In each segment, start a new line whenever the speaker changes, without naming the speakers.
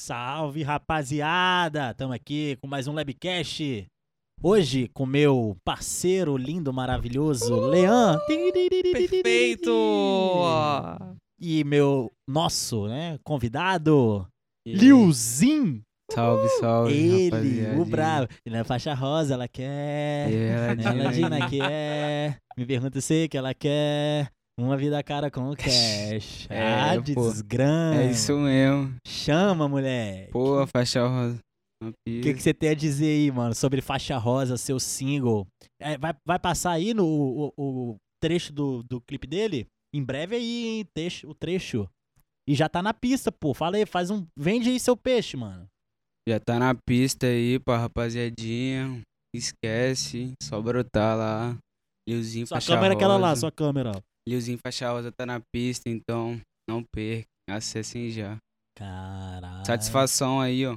Salve, rapaziada! Tamo aqui com mais um Labcast. Hoje com meu parceiro lindo, maravilhoso, Leão.
Perfeito!
E meu nosso, né, convidado, Liuzin.
Salve, salve,
Ele,
rapaziada.
o bravo. né? Ele é faixa rosa, ela quer.
E ela,
Ela
Dina,
Dina quer. Me pergunta se que ela quer. Uma vida cara com o cash.
É,
ah, de
pô.
desgrama.
É isso mesmo.
Chama, moleque.
Pô, a faixa rosa.
O que, que você tem a dizer aí, mano, sobre Faixa Rosa, seu single? É, vai, vai passar aí no o, o- o trecho do, do clipe dele? Em breve aí, hein, trecho, o trecho. E já tá na pista, pô. Fala aí, faz um. Vende aí seu peixe, mano.
Já tá na pista aí pra rapaziadinha. Esquece, só brotar lá. Liuzinho
Sua
faixa
câmera é
rosa.
aquela lá, sua câmera. ó.
Liuzinho faixa rosa tá na pista, então não perca. Acessem
Ah,
já.
Caralho.
Satisfação aí, ó.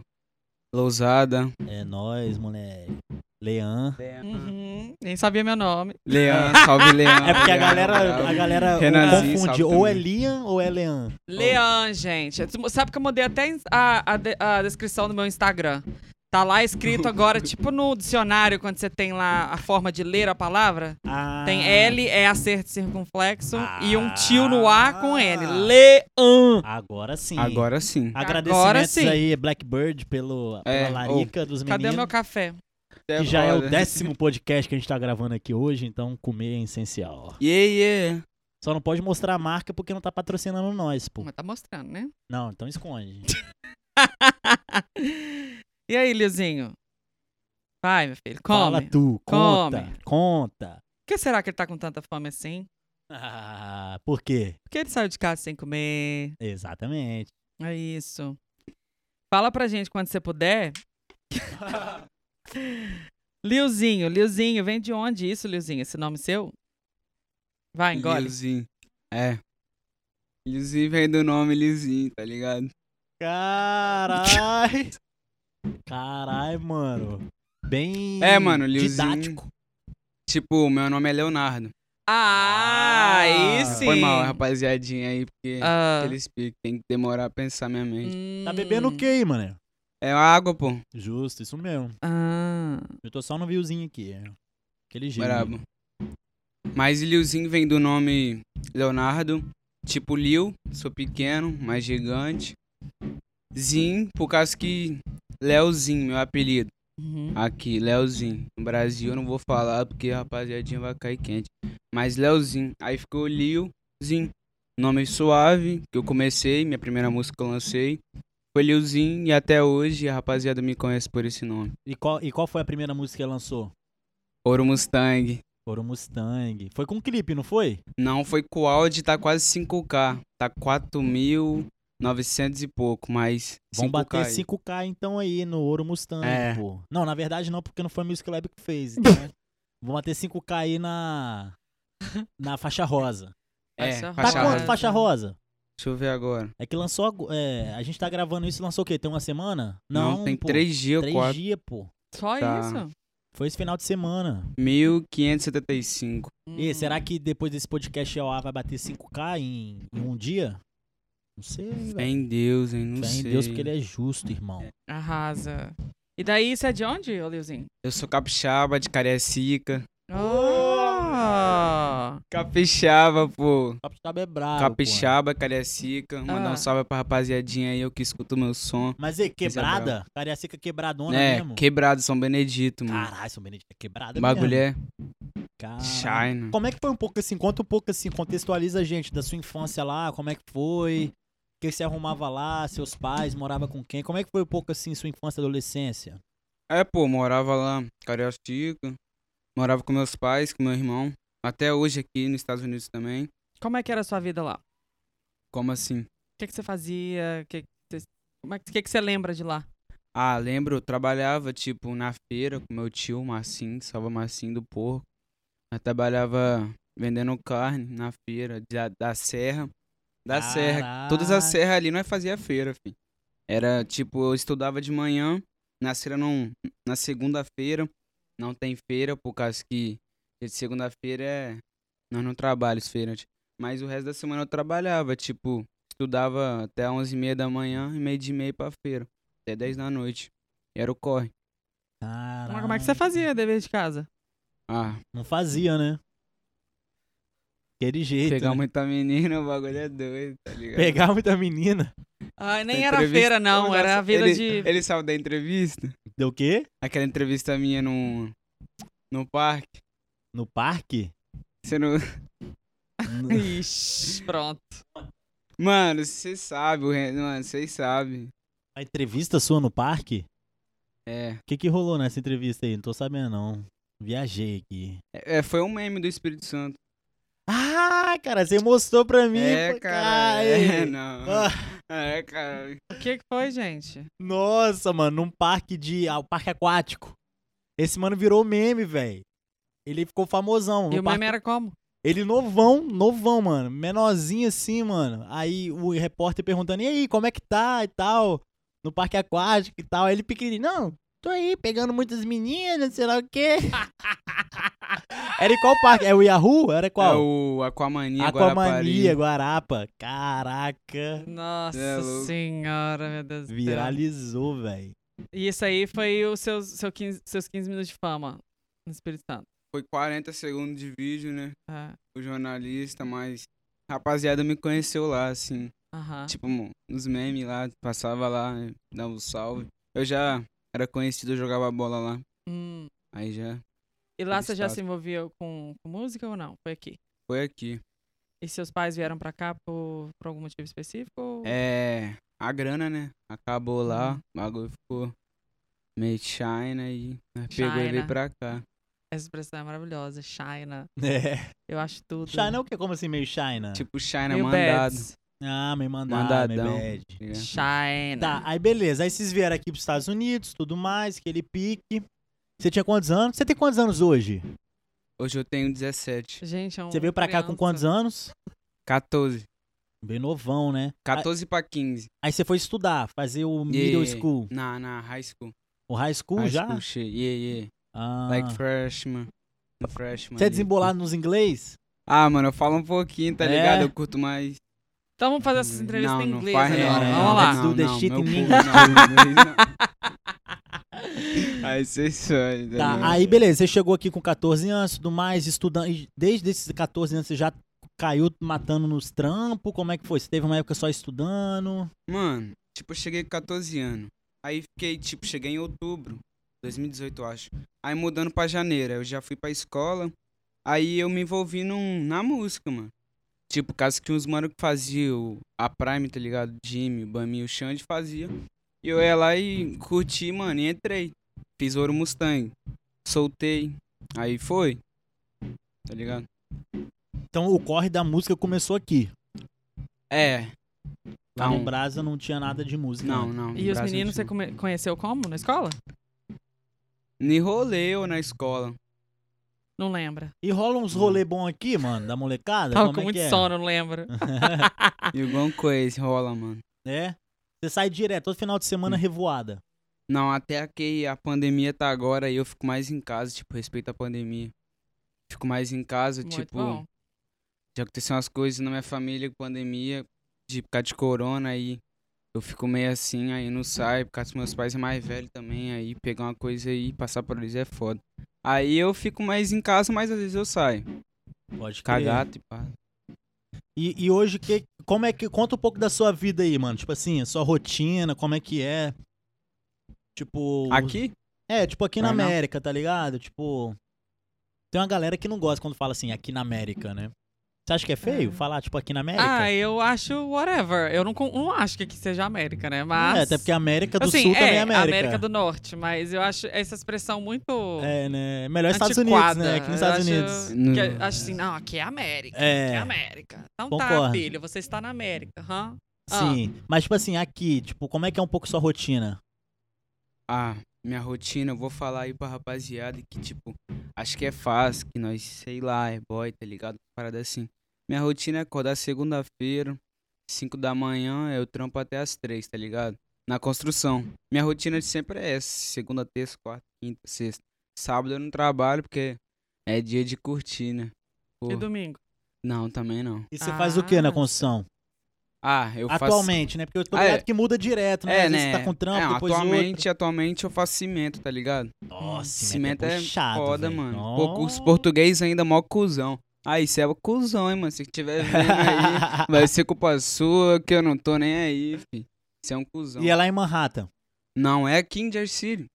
Lousada.
É nóis, moleque. Leão.
Uhum, Nem sabia meu nome.
Leão, salve Leão.
É porque a
Leão,
galera, a
bravo.
galera
Ah, Renanzinho,
confunde.
salve
Ou é
também.
Liam ou é Leão.
Leão, gente. Tu Sabe que eu mudei até a, a de- a descrição do meu Instagram. Tá lá escrito agora, tipo no dicionário, quando você tem lá a forma de ler a palavra.
Ah.
Tem L, é acerto circunflexo e um
Ah.
tio no A com N. Leão.
Agora sim.
Agora sim.
Agradecimentos
Agora sim.
aí, Blackbird, pelo,
É,
pela larica dos meninos.
Oh, Cadê o meu café?
Que já é o décimo podcast que a gente tá gravando aqui hoje, então comer é essencial.
Yeah, yeah.
Só não pode mostrar a marca porque não tá patrocinando nós, pô.
Mas tá mostrando, né?
Não, então esconde.
e aí, Liuzinho? Vai, meu filho,
Fala
come. O
tu, conta,
Come.
conta.
que será que ele tá com tanta fome assim?
Ah, por quê?
Por que ele saiu de casa sem comer?
Exatamente.
É isso. Fala pra gente quando você puder. Liuzinho, Liuzinho, vem de onde isso, Liuzinho? Esse nome seu?
Ah,
Vai, engole.
Liuzinho. É. Liuzinho vem do nome Liuzinho, tá ligado?
Carai! Carai, mano. Bem
É, mano, Liuzinho.
didático.
Tipo, meu nome é Leonardo.
Ah, aí
Ah,
sim.
Foi mal, é rapaziadinha aí, porque
Ah,
aquele speak tem que demorar a pensar minha mente.
Tá bebendo o que aí, mano?
É água, pô.
Justo, isso mesmo.
Ah,
Eu tô só no viewzinho aqui. Aquele jeito.
Brabo. Mas Liuzinho vem do nome Leonardo. Tipo Liu, sou pequeno, mas gigante. Zin, por causa que Leozinho, meu apelido.
uhum.
Aqui, Leozinho. No Brasil eu não vou falar porque a rapaziadinha vai cair quente. Mas Leozinho. Aí ficou Liozinho. Nome suave, que eu comecei, minha primeira música que eu lancei. Foi Liozinho e até hoje a rapaziada me conhece por esse nome.
E qual, e qual foi a primeira música que ela lançou?
Ouro Mustang.
Ouro Mustang. Foi com um clipe, não foi?
Não foi com áudio, tá quase 5K. Tá 4.900 e pouco, mas.
Vão
5K
bater
aí.
5K então aí no Ouro Mustang,
É.
pô. Não, na verdade não, porque não foi a Music Lab que fez. Então, né? Vão bater 5K aí na. Na faixa rosa.
É,
Faixa
Tá
faixa
quanto
rosa.
faixa rosa?
Deixa eu ver agora.
É que lançou. agu- é, a gente tá gravando isso, lançou o quê? Tem uma semana?
Não,
Não,
tem
pô.
3 dias,
Três
4.
dias, pô.
Só
Tá.
isso?
Foi esse final de semana.
1.575.
Hum,
E será que depois desse podcast ao ar vai bater 5K em, em um dia? Não sei,
Fé
velho.
em Deus, hein? Não
Fé
sei.
em Deus, porque ele é justo, irmão.
Arrasa. E daí, isso é de onde, ô Liuzinho?
Eu sou capixaba de Cariacica.
Ah!
Capixaba, pô.
Capixaba é brabo. pô.
Capixaba, Cariacica. Mandar
Ah.
um salve pra rapaziadinha aí, eu que escuto meu som.
Mas é
Isso é
quebrada? Cariacica quebradona
é,
mesmo?
quebrado São Benedito, mano.
Caralho, São Benedito é quebrada
O bagulho
mesmo.
é
Caralho.
shine.
Como é que foi um pouco assim? Conta um pouco assim, contextualiza a gente da sua infância lá, como é que foi? O que você arrumava lá? Seus pais, morava com quem? Como é que foi um pouco assim sua infância e adolescência?
É, pô, morava lá, em Cariacica. Morava com meus pais, com meu irmão. Até hoje aqui nos Estados Unidos também.
Como é que era a sua vida lá? O
Como assim?
que, que você fazia? O que, que você- como é que, o que, que você lembra de lá?
Ah, lembro, eu trabalhava, tipo, na feira com meu tio, Marcinho, salva Marcinho do Porco. Eu trabalhava vendendo carne na feira da, da serra.
Ah,
Da serra. Todas as
Ah.
Caraca.
serras ali nós fazia feira, filho. Era, tipo, eu estudava de manhã, na feira não... Na segunda-feira não tem feira, por causa que dia de segunda-feira é... Nós não trabalhamos feira. Mas o resto da semana eu trabalhava, tipo, estudava até 11 e meia da manhã e meio de meia pra feira. Até 10 da noite. E era o corre.
Mas como é que você fazia dever de casa?
Ah,
Não fazia, né? Aquele jeito.
pegar
né?
muita menina, o bagulho é doido, tá ligado?
Pegar muita menina.
Ai, Ah, nem
Essa
era
entrevista-
feira, não.
Nossa,
Era a vida
ele,
de.
Ele saiu da entrevista.
Deu o quê?
Aquela entrevista minha no. No parque.
No parque?
Você não.
N-
Ixi, pronto.
Mano, você sabe, o Ren- mano, vocês sabem.
A entrevista sua no parque?
É.
O que, que rolou nessa entrevista aí? Não tô sabendo, não. Viajei aqui.
É, Foi um meme do Espírito Santo.
Ah, cara, você mostrou pra mim.
é,
pô,
cara.
cara.
É, não.
Ah,
É, cara.
O que, que foi, gente?
nossa, mano, num parque de. Ah, o parque aquático. Esse mano virou meme, velho. Ele ficou famosão. no
E o
parque
meme era como?
Ele novão, novão, mano. Menorzinho assim, mano. Aí o repórter perguntando, e aí, como é que tá e tal? No parque aquático e tal. Aí ele pequenininho, não, tô aí pegando muitas meninas, sei lá o quê. Era em qual parque? É o Yahoo? Era
É
qual?
o Aquamania,
Aquamania,
Guarapari.
Guarapa. Caraca.
Nossa
É louco.
senhora, meu Deus do céu.
Viralizou, velho.
E isso aí foi os seus, seu 15 seus 15 minutos de fama no Espírito Santo.
Foi 40 segundos de vídeo, né?
Ah,
O jornalista, mas. a Rapaziada me conheceu lá, assim.
Aham.
Tipo, mo- nos memes lá, passava lá, né, dava um salve. Eu já era conhecido, eu jogava bola lá.
Hum.
Aí já
E lá você já
Estado.
se envolveu com, com música ou não? Foi aqui.
foi aqui.
E seus pais vieram pra cá por, por algum motivo específico? ou-
É. A grana, né? Acabou
Uhum.
lá, o bagulho ficou meio China e aí pegou e
China.
veio pra cá.
Essa expressão é maravilhosa. China.
É.
Eu acho tudo.
China é o quê? Como assim, meio China?
Tipo, China
Meio
mandado.
Bads.
Ah, meio mandado, meio
Mandadão.
bad.
tá ligado?
China.
Tá, aí beleza. Aí vocês vieram aqui pros Estados Unidos, tudo mais, aquele pique. Você tinha quantos anos? Você tem quantos anos hoje?
Hoje eu tenho 17.
Gente, é um
Você veio pra cá com quantos anos?
14.
Bem novão, né?
14 pra 15.
Aí você foi estudar, fazer o
Yeah,
middle
yeah.
school.
Na, na high school.
O high school
high
Uh, já?
School shit. Yeah, yeah.
Ah.
Like freshman. No Freshman.
Você é
ali.
desembolado nos inglês?
Ah, mano, eu falo um pouquinho, tá
É?
ligado? Eu curto mais.
Então vamos fazer essas entrevistas
não,
em
não
inglês
faz
né?
agora.
não,
Vamos lá.
Let's
Não,
do the
não,
shit
meu
in
povo,
English.
não, inglês não. Aí vocês sabem.
Tá, aí beleza. Você chegou aqui com 14 anos, tudo mais, estudando. E Desde esses 14 anos você já caiu matando nos trampos? Como é que foi? Você teve uma época só estudando?
Mano, tipo, eu cheguei com 14 anos. Aí fiquei, tipo, cheguei em outubro, 2018, eu acho. Aí mudando pra janeiro, eu já fui pra escola. Aí eu me envolvi num, na música, mano. Tipo, caso que uns mano que faziam a Prime, tá ligado? Jimmy, Bami, o Xande fazia. E eu ia lá e curti, mano, e entrei. Fiz ouro Mustang. Soltei. Aí foi. Tá ligado?
Então o corre da música começou aqui.
É.
Lá
Não.
no Brasa não tinha nada de música.
Não,
né?
não.
E os
Brasil
meninos você
tinha.
come- conheceu como? Na escola?
Me rolê ou na escola.
Não lembra.
E rola uns
Hum.
rolê bom aqui, mano, da molecada?
Tava
Como
com
é
muito
que é?
sono, não lembro.
E alguma coisa rola, mano.
É? Você sai direto, todo final de semana
Hum.
revoada.
Não, até que a pandemia tá agora e eu fico mais em casa, tipo, respeito à pandemia. Fico mais em casa,
Muito
tipo,
bom.
já aconteceu umas coisas na minha família com pandemia, de por causa de corona, aí eu fico meio assim, aí não saio, por causa dos meus pais é mais velho também, aí pegar uma coisa aí e passar por eles é foda. Aí eu fico mais em casa, mas às vezes eu saio.
Pode crer.
Cagato e pá.
E, e hoje, que, como é que. Conta um pouco da sua vida aí, mano. Tipo assim, a sua rotina, como é que é. Tipo. os-
Aqui?
É, tipo aqui na
Vai não.
América, tá ligado? Tipo. Tem uma galera que não gosta quando fala assim, aqui na América, né? Você acha que é feio
É.
falar, tipo, aqui na América?
Ah, eu acho whatever. Eu não, con- não acho que aqui seja América, né? Mas.
É, até porque a América do
assim,
Sul
é,
também é América.
América do Norte, mas eu acho essa expressão muito
É, né? Melhor Estados Unidos,
antiquada.
né? Aqui nos
Eu
Estados
acho
Unidos.
que-
Hum.
acho assim, não, aqui é América.
É.
Aqui é América. Então tá,
Concordo.
filho, você está na América. aham. Ah.
Sim. Mas, tipo assim, aqui, tipo, como é que é um pouco sua rotina?
Ah, minha rotina, eu vou falar aí pra rapaziada que, tipo, acho que é fácil, que nós, sei lá, é boy, tá ligado? Parada assim. Minha rotina é acordar segunda-feira, 5 da manhã, eu trampo até as 3, tá ligado? Na construção. Minha rotina de sempre é essa: segunda, terça, quarta, quinta, sexta. Sábado eu não trabalho porque é dia de curtir, né? Pô,
E domingo?
Não, também não.
E você faz o que na
Ah.
construção?
Ah, eu faço.
Atualmente, né? Porque eu tô
Ah,
ligado
é.
que muda direto, né?
É,
Às vezes
né?
você tá com trampo,
Não,
depois
atualmente, atualmente eu faço cimento, tá ligado?
outro. Nossa,
cimento é,
puxado,
foda,
velho.
mano.
Nossa.
Pô, os português ainda mó cuzão. Aí, você é o cuzão, hein, mano. Se tiver vendo aí, vai ser culpa sua que eu não tô nem aí, fi. Você é um cuzão.
e é lá em Manhattan.
Não, é aqui em Jersey City.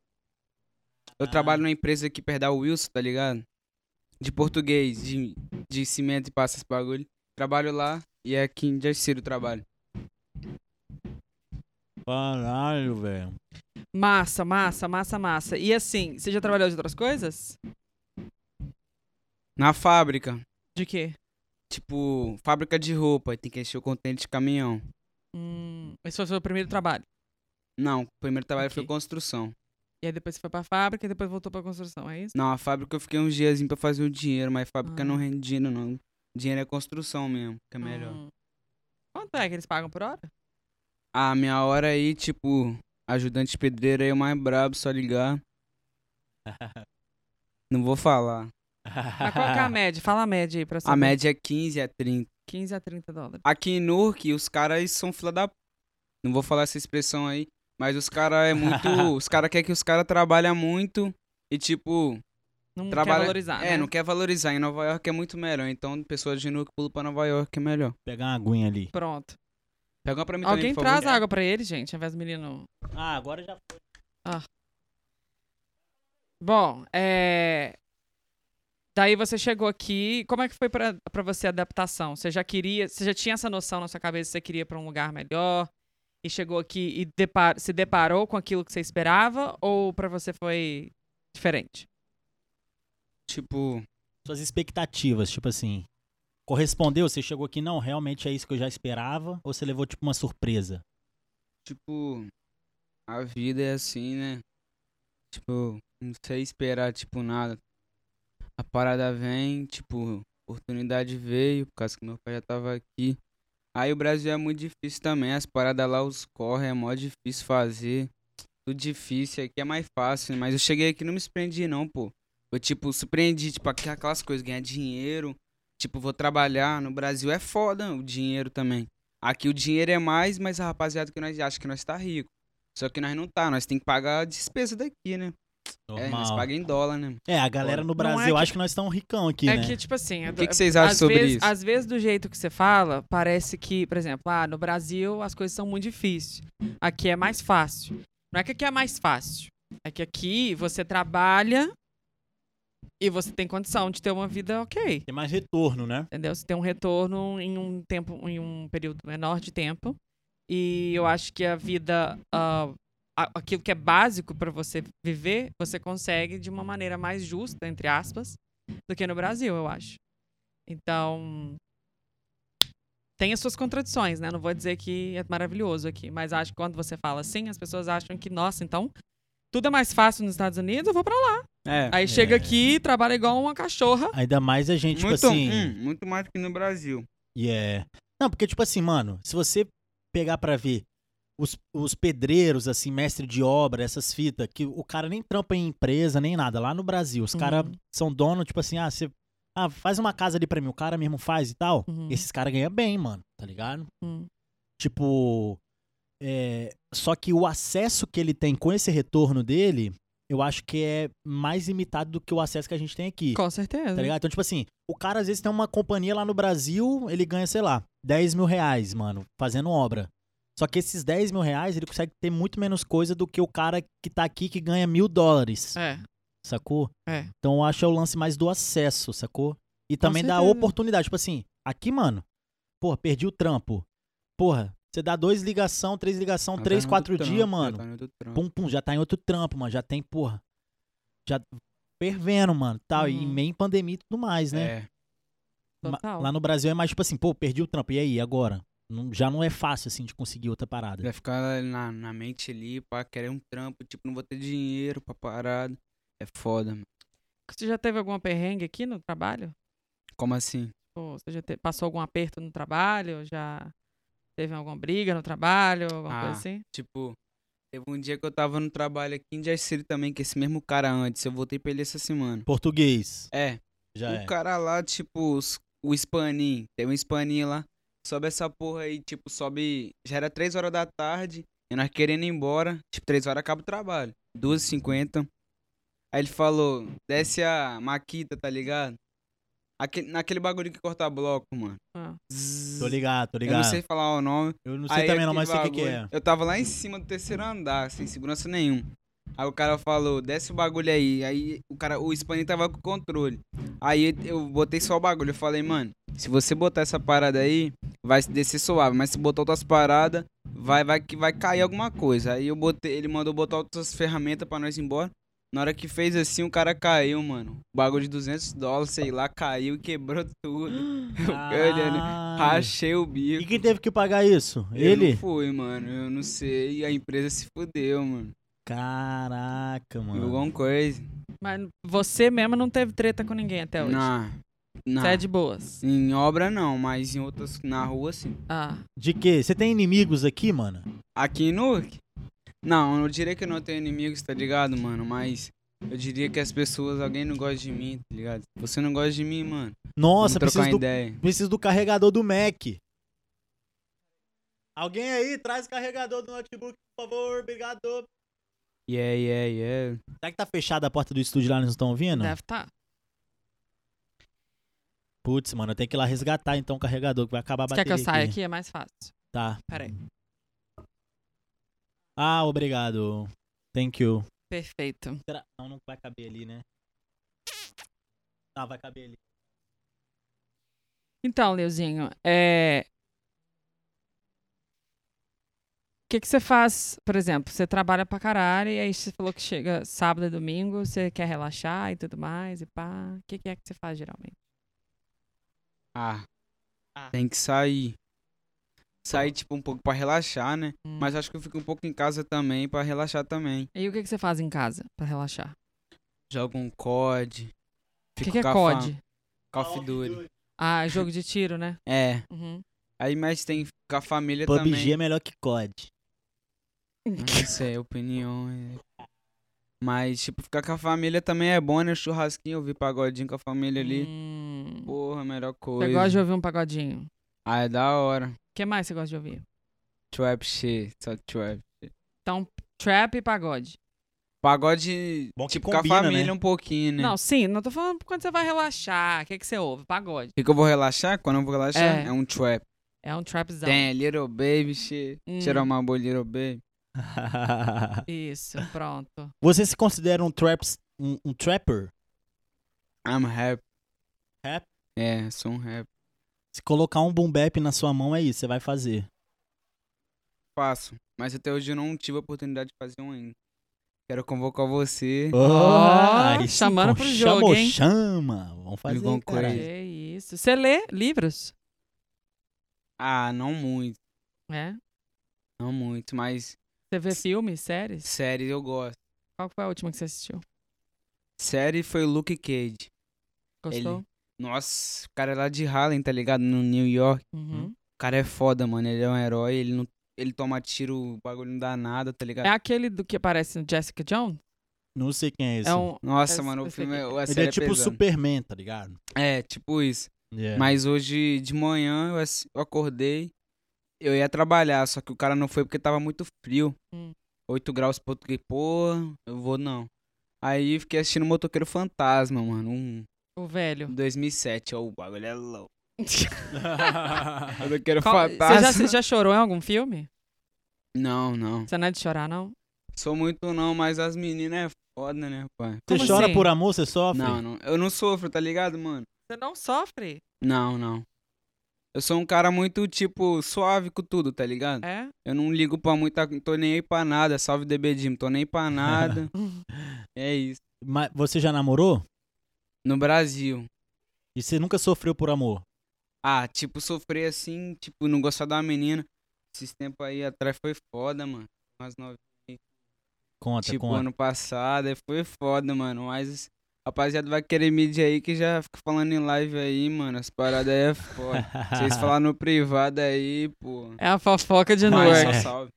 Eu
Ah.
trabalho numa empresa aqui perto da Wilson, tá ligado? De português, de, de cimento e passa esse bagulho. Trabalho lá e é aqui em Jersey City o trabalho.
Caralho, velho.
Massa, massa, massa, massa. E assim, você já trabalhou de outras coisas?
Na fábrica,
De quê?
tipo, fábrica de roupa, aí tem que encher o contêiner de caminhão.
Hum, esse foi o seu primeiro trabalho.
Não, o primeiro trabalho foi
Ok.
construção.
E aí depois você foi pra fábrica e depois voltou pra construção, é isso?
Não, a fábrica eu fiquei uns diazinhos pra fazer o dinheiro, mas fábrica
Ah.
não rende dinheiro, não. Dinheiro é construção mesmo, que é melhor.
Hum. Quanto é que eles pagam por hora?
A Ah, minha hora aí, tipo, ajudante de pedreiro aí, o mais brabo, só ligar. Não vou falar.
Mas qual que é a média? Fala a média aí pra saber.
A média é 15 a 30.
15 a 30 dólares.
Aqui em Newark, os caras são fila da... p- Não vou falar essa expressão aí, mas os caras é muito... os caras querem que os caras trabalhem muito e, tipo...
Não
Trabalha-
quer valorizar,
é,
né?
não quer valorizar. Em Nova York é muito melhor. Então, pessoas de Newark pulam pra Nova York é melhor.
Pegar uma aguinha ali.
Pronto.
Pega uma pra mim
Alguém
também, por
traz
favor.
água pra ele, gente, ao invés do menino...
Ah, agora já.
Bom, é... Daí você chegou aqui, como é que foi pra, pra você a adaptação? Você já queria, você já tinha essa noção na sua cabeça, que você queria ir pra um lugar melhor e chegou aqui e depar- se deparou com aquilo que você esperava ou pra você foi diferente?
Tipo,
Suas expectativas, tipo assim. Correspondeu? Você chegou aqui, não, realmente é isso que eu já esperava? Ou você levou, tipo, uma surpresa?
tipo, a vida é assim, né? Tipo, não sei esperar, tipo, nada. A parada vem, tipo, oportunidade veio, por causa que meu pai já tava aqui. Aí o Brasil é muito difícil também, as paradas lá, os corre, é mó difícil fazer. Tudo difícil, aqui é mais fácil, né? mas eu cheguei aqui e não me surpreendi não, pô. Eu, tipo, surpreendi, tipo, aqui- aquelas coisas, ganhar dinheiro, tipo, vou trabalhar. No Brasil é foda o dinheiro também. Aqui o dinheiro é mais, mas a rapaziada que nós acha que nós tá rico. Só que nós não tá, nós tem que pagar a despesa daqui, né? É, nós
Normal.
paga em dólar, né?
É, a galera no
Não é
Brasil
que-
acha que nós estamos ricão aqui,
é
né?
que, tipo assim,
O que, que vocês acham
às
sobre
vezes,
isso?
Às vezes, do jeito que você fala, parece que, por exemplo, ah, no Brasil as coisas são muito difíceis. Aqui é mais fácil. Não é que aqui é mais fácil. É que aqui você trabalha e você tem condição de ter uma vida ok.
Tem mais retorno, né?
Entendeu? Você tem um retorno em um tempo, em um período menor de tempo. E eu acho que a vida, ah, a- aquilo que é básico pra você viver, você consegue de uma maneira mais justa, entre aspas, do que no Brasil, eu acho. Então, tem as suas contradições, né? Não vou dizer que é maravilhoso aqui, mas acho que quando você fala assim, as pessoas acham que, nossa, então tudo é mais fácil nos Estados Unidos, eu vou pra lá.
É.
Aí chega
É.
aqui, trabalha igual uma cachorra.
Ainda mais a gente,
muito,
tipo assim.
hum, muito mais do que no Brasil.
E é. Não, porque, tipo assim, mano, se você pegar pra ver os, os pedreiros, assim, mestre de obra, essas fitas, que o cara nem trampa em empresa, nem nada. Lá no Brasil, os caras
Uhum.
são dono, tipo assim, ah, você. Ah, faz uma casa ali pra mim, o cara mesmo faz e tal.
Uhum.
Esses caras ganham bem, mano, tá ligado?
Hum.
Tipo. é, Só que o acesso que ele tem com esse retorno dele, eu acho que é mais limitado do que o acesso que a gente tem aqui.
Com certeza.
Tá ligado? Então, tipo assim, o cara às vezes tem uma companhia lá no Brasil, ele ganha, sei lá, 10 mil reais, mano, fazendo obra. Só que esses 10 mil reais, ele consegue ter muito menos coisa do que o cara que tá aqui que ganha mil dólares,
É.
sacou?
É.
Então, eu acho que é o lance mais do acesso, sacou? E também da
certeza.
oportunidade. Tipo assim, aqui, mano, porra, perdi o trampo. Porra, você dá dois ligação, três ligação,
Tá
três,
no
quatro
trampo,
dias, mano
tá no do trampo.
pum, pum, já tá em outro trampo, mano. Já tem, porra. Já fervendo, mano. Tal, e em
Uhum.
meio em pandemia e tudo mais, né?
É.
Ma-
Total.
Lá no Brasil é mais tipo assim, pô, perdi o trampo. E aí, agora? Não- já não é fácil, assim, de conseguir outra parada.
É, Vai ficar na, na mente ali, pá, querer um trampo, tipo, não vou ter dinheiro pra parada. É foda, mano.
Você já teve alguma perrengue aqui no trabalho?
Como assim?
Ou você já te- passou algum aperto no trabalho? Já teve alguma briga no trabalho? Alguma
Ah.
coisa assim?
Tipo, teve um dia que eu tava no trabalho aqui em Jazz City também, que esse mesmo cara antes, eu voltei pra ele essa semana.
Português.
É,
Já
o
é.
cara lá, tipo, os- o Spanin, tem um Spanin lá. sobe essa porra aí, tipo, sobe. Já era 3 horas da tarde, e nós querendo ir embora. Tipo, 3 horas acaba o trabalho. 2h50. Aí ele falou, desce a Maquita, tá ligado? Aquele, naquele bagulho que corta bloco, mano.
Ah.
Tô ligado, tô
Eu
ligado.
não sei falar o nome. Aí
também não,
aquele
mas sei o que que é.
bagulho- Eu tava lá em cima do terceiro andar, sem segurança nenhum. Aí o cara falou, desce o bagulho aí. Aí o cara, o Spani tava com o controle. Aí eu botei só o bagulho. Eu falei, mano, se você botar essa parada aí, vai descer suave. Mas se botar outras paradas, vai, vai, que vai cair alguma coisa. Aí eu botei, ele mandou botar outras ferramentas pra nós ir embora. Na hora que fez assim, o cara caiu, mano. O bagulho de 200 dólares, sei lá, caiu e quebrou tudo. olhando,
Caralho.
Rachei o bico.
Ah. E quem teve que pagar isso?
Eu
Ele?
não fui, mano. Eu não sei. E a empresa se fudeu, mano.
Caraca, mano.
Alguma coisa.
Mas você mesmo não teve treta com ninguém até hoje.
Na. Na.
Então, Você é de boas.
Em obra não, mas em outras. Na rua sim.
Ah.
De quê? Você tem inimigos aqui, mano?
Aqui em Newark? Não, eu diria que eu não tenho inimigos, tá ligado, mano? Mas eu diria que as pessoas, alguém não gosta de mim, tá ligado? Você não gosta de mim, mano.
Nossa,
Vamos
preciso
trocar
do,
ideia.
preciso do carregador do Mac. Alguém aí, traz o carregador do notebook, por favor. Obrigado.
Yeah, yeah, yeah.
Será que tá fechada a porta do estúdio lá, eles não estão ouvindo?
Deve tá. estar.
Putz, mano, eu tenho que ir lá resgatar então o carregador, que vai acabar a
Quer
bateria
que eu saia
aqui.
aqui? É mais fácil.
Tá.
Peraí.
Ah, obrigado. Thank you.
Perfeito.
Será- Não, não vai caber ali, né? Ah, vai caber ali.
Então, Leuzinho, é. O que, que você faz, por exemplo, você trabalha pra caralho e aí você falou que chega sábado e domingo, você quer relaxar e tudo mais e pá. O que, que é que você faz geralmente?
Ah.
Ah.
Tem que sair. Sair, tipo, um pouco pra relaxar, né?
Hum.
Mas acho que eu fico um pouco em casa também, pra relaxar também.
E o que, que você faz em casa pra relaxar?
Jogo um COD.
O
fico
que, que é
com a fa-
COD?
Call of Duty.
Ah, é jogo de tiro, né?
É.
Uhum.
Aí mais tem que ficar com a família
PUBG é
também.
melhor que COD.
Isso é opinião. é. Mas, tipo, ficar com a família também é bom, né? Churrasquinho, ouvir pagodinho com a família ali.
Hum.
Porra, a melhor coisa.
Você gosta de ouvir um pagodinho? O
Ah, é da hora.
que mais você gosta de ouvir?
Trap shit, só trap.
Então, trap e pagode.
Pagode,
Bom que
tipo, com
combina,
a família
né?
um pouquinho, né?
Não, sim, não tô falando quando você vai relaxar. O que, que você ouve? Pagode.
O que, que eu vou relaxar? Quando eu vou relaxar,
É.
é, um trap.
É um trapzão.
Tem, little baby shit.
Hum.
Tirar uma boa, little baby.
Isso, pronto.
Você se considera um, traps, um, um trapper?
I'm rap.
Rap?
É, sou um rap.
Se colocar um boom bap na sua mão, é isso, você vai fazer.
Faço. Mas até hoje eu não tive a oportunidade de fazer um ainda. Quero convocar você.
Ó,
Aí sim,
chamando
pô,
pro
chamou,
jogo, hein?
Chama, vamos fazer,
Ligou um
caralho.
Pois. coisa.
É isso. Você lê livros?
Ah, não muito.
É.
Não muito, mas
Você vê filmes, séries?
série eu gosto.
Qual que foi a última que você assistiu?
Série foi o Luke Cage.
Gostou?
Nossa, o cara é lá de Harlem, tá ligado? No New York.
Uhum.
O cara é foda, mano. Ele é um herói, ele não. Ele toma tiro, o bagulho não dá nada, tá ligado?
É aquele do que aparece no Jessica Jones?
Não sei quem é esse.
É um.
Nossa,
esse-
mano, o
esse
filme é.
aqui.
A
Ele
série
é tipo
pesada.
Superman, tá ligado?
É, tipo isso.
Yeah.
Mas hoje de manhã eu, ass- eu acordei, eu ia trabalhar, só que o cara não foi porque tava muito frio.
Hum.
8 graus, pô, eu fiquei, pô, eu vou não. Aí fiquei assistindo Motoqueiro Fantasma, mano, um
O velho.
2007, ó, o bagulho é louco. Motoqueiro
Qual-
Fantasma.
Você já, você já chorou em algum filme?
Não, não.
Você não é de chorar, não?
Sou muito não, mas as meninas é foda, né, pai?
você
Como
chora
assim?
por amor, você sofre?
Não, não, eu não sofro, tá ligado, mano?
Você não sofre?
Não, não. Eu sou um cara muito, tipo, suave com tudo, tá ligado?
É?
Eu não ligo pra muita. Não tô nem aí pra nada. Salve DB Jim, tô nem pra nada. é isso.
Mas você já namorou?
No Brasil.
E você nunca sofreu por amor?
Ah, tipo, sofrer assim, tipo, não gostar da menina. Esses tempos aí atrás foi foda, mano. Umas nove,
Conta,
tipo,
conta.
ano passado. aí Foi foda, mano. Mas rapaziada vai querer mídia aí que já fica falando em live aí, mano. As paradas aí é foda. Vocês falar no privado aí, pô.
É a fofoca de
Mas
novo.
só
é.
salve.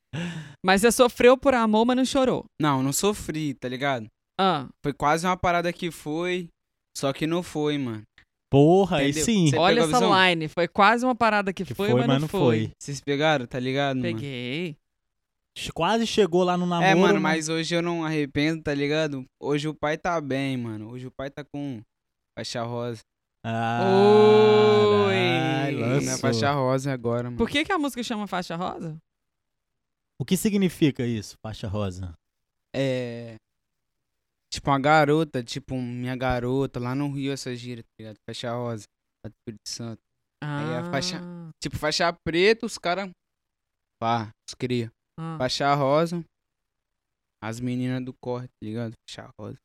Mas você sofreu por amor, mas não chorou.
Não, não sofri, tá ligado?
Ah,
Foi quase uma parada que foi, só que não foi, mano.
Porra, aí
Entendeu?
sim.
Você
Olha
pegou a
essa
visão?
line. Foi quase uma parada que,
Que
foi, mas, não foi.
Vocês pegaram, tá ligado? mano?
Peguei.
Hum.
Quase chegou lá no namoro.
É, mano, mas hoje eu não arrependo, tá ligado? Hoje o pai tá bem, mano. Hoje o pai tá com faixa rosa.
Caralho,
Oi.
Não é
lançou.
faixa rosa agora, mano.
Por que, que a música chama faixa rosa?
O que significa isso, faixa rosa?
É. Tipo uma garota, tipo minha garota, lá no Rio essa gira, tá ligado? Faixa rosa, lá do Espírito Santo. Aí é a faixa-
Ah,
Tipo, faixa preta, os caras. Pá, os cria.
ah.
Faixa rosa, as meninas do corre, tá ligado? Faixa rosa.